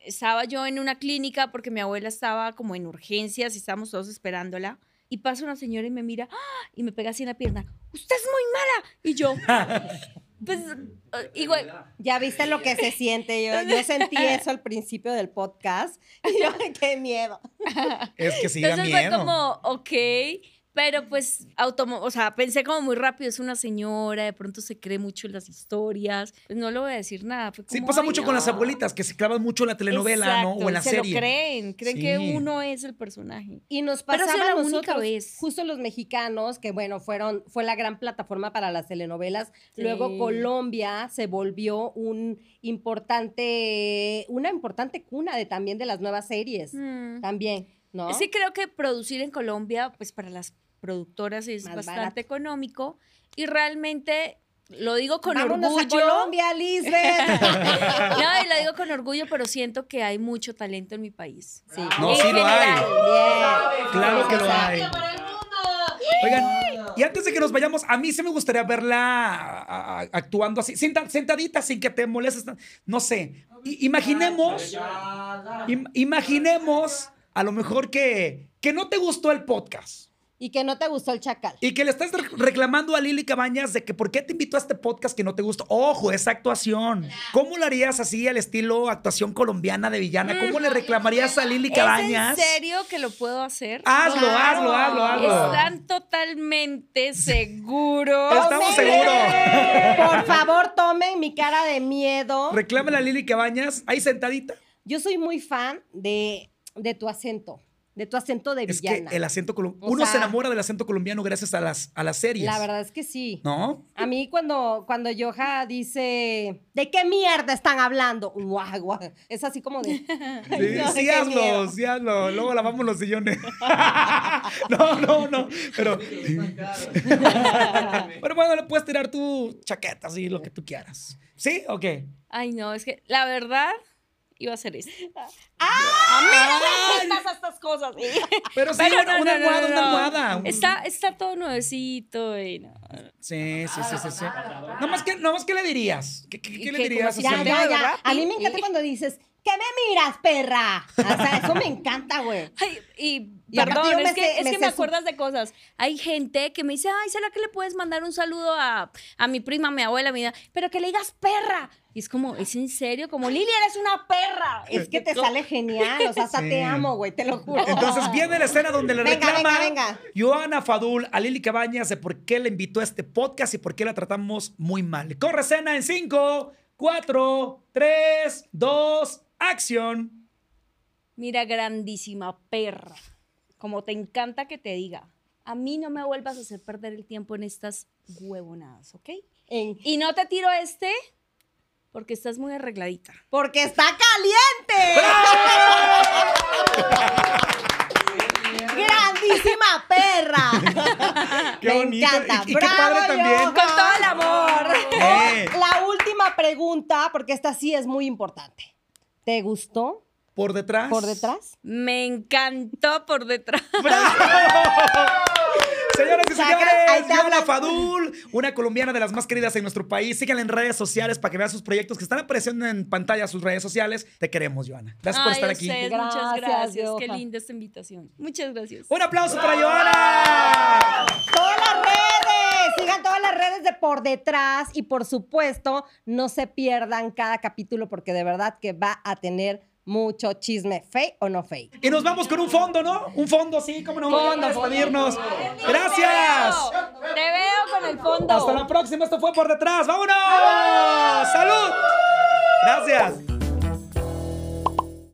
S6: estaba yo en una clínica porque mi abuela estaba como en urgencias y estábamos todos esperándola. Y pasa una señora y me mira ¡ah! y me pega así en la pierna. Usted es muy mala. Y yo,
S4: [laughs]
S6: pues, eh, igual,
S2: Ya viste lo que se siente. Yo, yo [laughs] sentí eso al principio del podcast. Y yo, qué miedo.
S4: Es que sí da
S6: entonces fue
S4: miedo.
S6: como, ok, pero pues, automo o sea, pensé como muy rápido, es una señora, de pronto se cree mucho en las historias. Pues no le voy a decir nada. fue
S4: Sí,
S6: como,
S4: pasa
S6: ay,
S4: mucho con las
S6: no.
S4: abuelitas que se clavan mucho en la telenovela, ¿no?
S6: Exacto,
S4: O en la
S6: se
S4: serie.
S6: lo creen, creen
S4: Sí.
S6: que uno es el personaje.
S2: Y nos
S6: Pero ha
S2: pasaba
S6: sido
S2: a
S6: la única
S2: nosotros,
S6: vez.
S2: justo los mexicanos, que bueno, fueron, fue la gran plataforma para las telenovelas.
S6: Sí.
S2: Luego Colombia se volvió un importante, una importante cuna de también de las nuevas series.
S6: Mm.
S2: También, ¿no?
S6: Sí, creo que producir en Colombia, pues para las productoras es
S2: Más
S6: bastante
S2: barato.
S6: económico y realmente lo digo con
S2: Vámonos
S6: orgullo.
S2: a Colombia, [laughs] Lisbeth.
S6: [laughs] No, y lo digo con orgullo, pero siento que hay mucho talento en mi país.
S2: sí.
S4: No,
S6: En
S4: sí lo hay.
S6: general.
S2: Bien.
S4: Claro que lo
S2: Exacto.
S4: hay.
S7: para el mundo!
S4: Oigan, y antes de que nos vayamos, a mí sí me gustaría verla a- a- actuando así, senta- sentadita, sin que te molestes. No sé. I- imaginemos, im- imaginemos a lo mejor que, que no te gustó el podcast.
S2: Y que no te gustó el chacal.
S4: Y que le estás re- reclamando a Lili Cabañas de que por qué te invitó a este podcast que no te gusta. Ojo, esa actuación. ¿Cómo lo harías así al estilo actuación colombiana de villana? ¿Cómo le reclamarías a Lili Cabañas?
S6: ¿Es en serio que lo puedo hacer?
S4: Hazlo, hazlo, hazlo, hazlo.
S6: Están totalmente seguros.
S4: Estamos seguros.
S2: Por favor, tomen mi cara de miedo.
S4: Reclámale a Lili Cabañas ahí sentadita.
S2: Yo soy muy fan de, de tu acento, de tu acento de
S4: Es que
S2: villana.
S4: el acento colombiano.
S2: O
S4: Uno se
S2: sea-
S4: enamora del acento colombiano gracias a las, a las series.
S2: La verdad es que sí. [laughs]
S4: ¿No?
S2: A mí cuando, cuando Yoja dice, ¿de qué mierda están hablando? Guau, guau. Es así como de...
S4: Sí,
S2: No,
S4: sí,
S2: qué
S4: hazlo,
S2: miedo.
S4: sí, hazlo. Luego lavamos los sillones. [laughs] no, no, no. Pero. [laughs] Pero bueno, le puedes tirar tu chaqueta, así, lo que tú quieras. ¿Sí o qué?
S6: Ay, no, es que la verdad iba a ser este. esto.
S2: "Ah, Estas, estas cosas.
S4: Pero sí,
S6: Pero
S4: una,
S6: no,
S4: una
S6: no, no,
S4: almohada, una
S6: no.
S4: almohada. Un-
S6: Está, está todo nuevecito. y no.
S4: Sí, sí, sí, sí. sí. Nada más que, nada más que le dirías. ¿Qué, qué- qué
S6: ¿Y
S4: le
S6: qué?
S4: dirías?
S6: ¿Cómo
S4: a
S2: Ya,
S4: Selena?
S2: ya,
S6: ¿verdad?
S2: ya. A mí me encanta
S6: Y-
S2: cuando dices, ¿qué me miras, perra? O sea, eso me encanta, güey.
S6: Ay, y
S2: Y aparte
S6: perdón,
S2: yo
S6: es
S2: me
S6: que
S2: sé-
S6: es
S2: me
S6: que
S2: sé
S6: me
S2: su-
S6: acuerdas de cosas. Hay gente que me dice, ay, ¿será que le puedes mandar un saludo a, a mi prima, a mi abuela, a mi... Pero que le digas perra. Y es como, ¿es en serio? Como, Lili, eres una perra.
S2: Es que te
S6: ¿Cómo?
S2: sale genial. O sea, hasta
S4: Sí.
S2: te amo, güey, te lo juro.
S4: Entonces viene la escena donde le
S2: Venga,
S4: reclama
S2: venga, venga.
S4: Joana Fadul a Lili Cabañas de por qué le invitó a este podcast y por qué la tratamos muy mal. Corre escena en 5, 4, 3, 2, acción.
S6: Mira, grandísima perra. Como te encanta que te diga. A mí no me vuelvas a hacer perder el tiempo en estas huevonadas, ¿ok?
S2: En-
S6: Y no te tiro este porque estás muy arregladita.
S2: Porque está caliente. Grandísima perra.
S4: [laughs] Qué
S2: Me
S4: bonito.
S2: encanta.
S4: Y- y qué
S2: Bravo,
S4: padre también.
S2: Johan.
S6: Con todo el amor.
S4: Eh.
S2: La última pregunta, porque esta sí es muy importante. ¿Te gustó
S4: Por detrás.
S2: por detrás?
S6: Me encantó por detrás.
S4: Señoras y
S2: Saca- ahí
S4: señores,
S2: te
S4: Joana
S2: hablan.
S4: Fadul, una colombiana de las más queridas en nuestro país. Síganla en redes sociales para que vean sus proyectos que están apareciendo en pantalla, sus redes sociales. Te queremos, Joana. Gracias por
S6: Ay,
S4: estar
S6: a
S4: aquí.
S6: ustedes,
S2: Gracias,
S6: muchas gracias. Qué
S2: Johan.
S6: linda esta invitación. Muchas gracias.
S4: Un aplauso para Joana.
S2: Todas las redes, sigan todas las redes de por detrás y por supuesto no se pierdan cada capítulo porque de verdad que va a tener mucho chisme, fake o no fake.
S4: Y nos vamos con un fondo, ¿no? Un fondo, sí, cómo no.
S2: Fondo,
S4: para
S2: fondo.
S4: despedirnos. Gracias.
S6: Te veo, te veo con el fondo.
S4: Hasta la próxima. Esto fue por detrás. ¡Vámonos! ¡Salud! Gracias.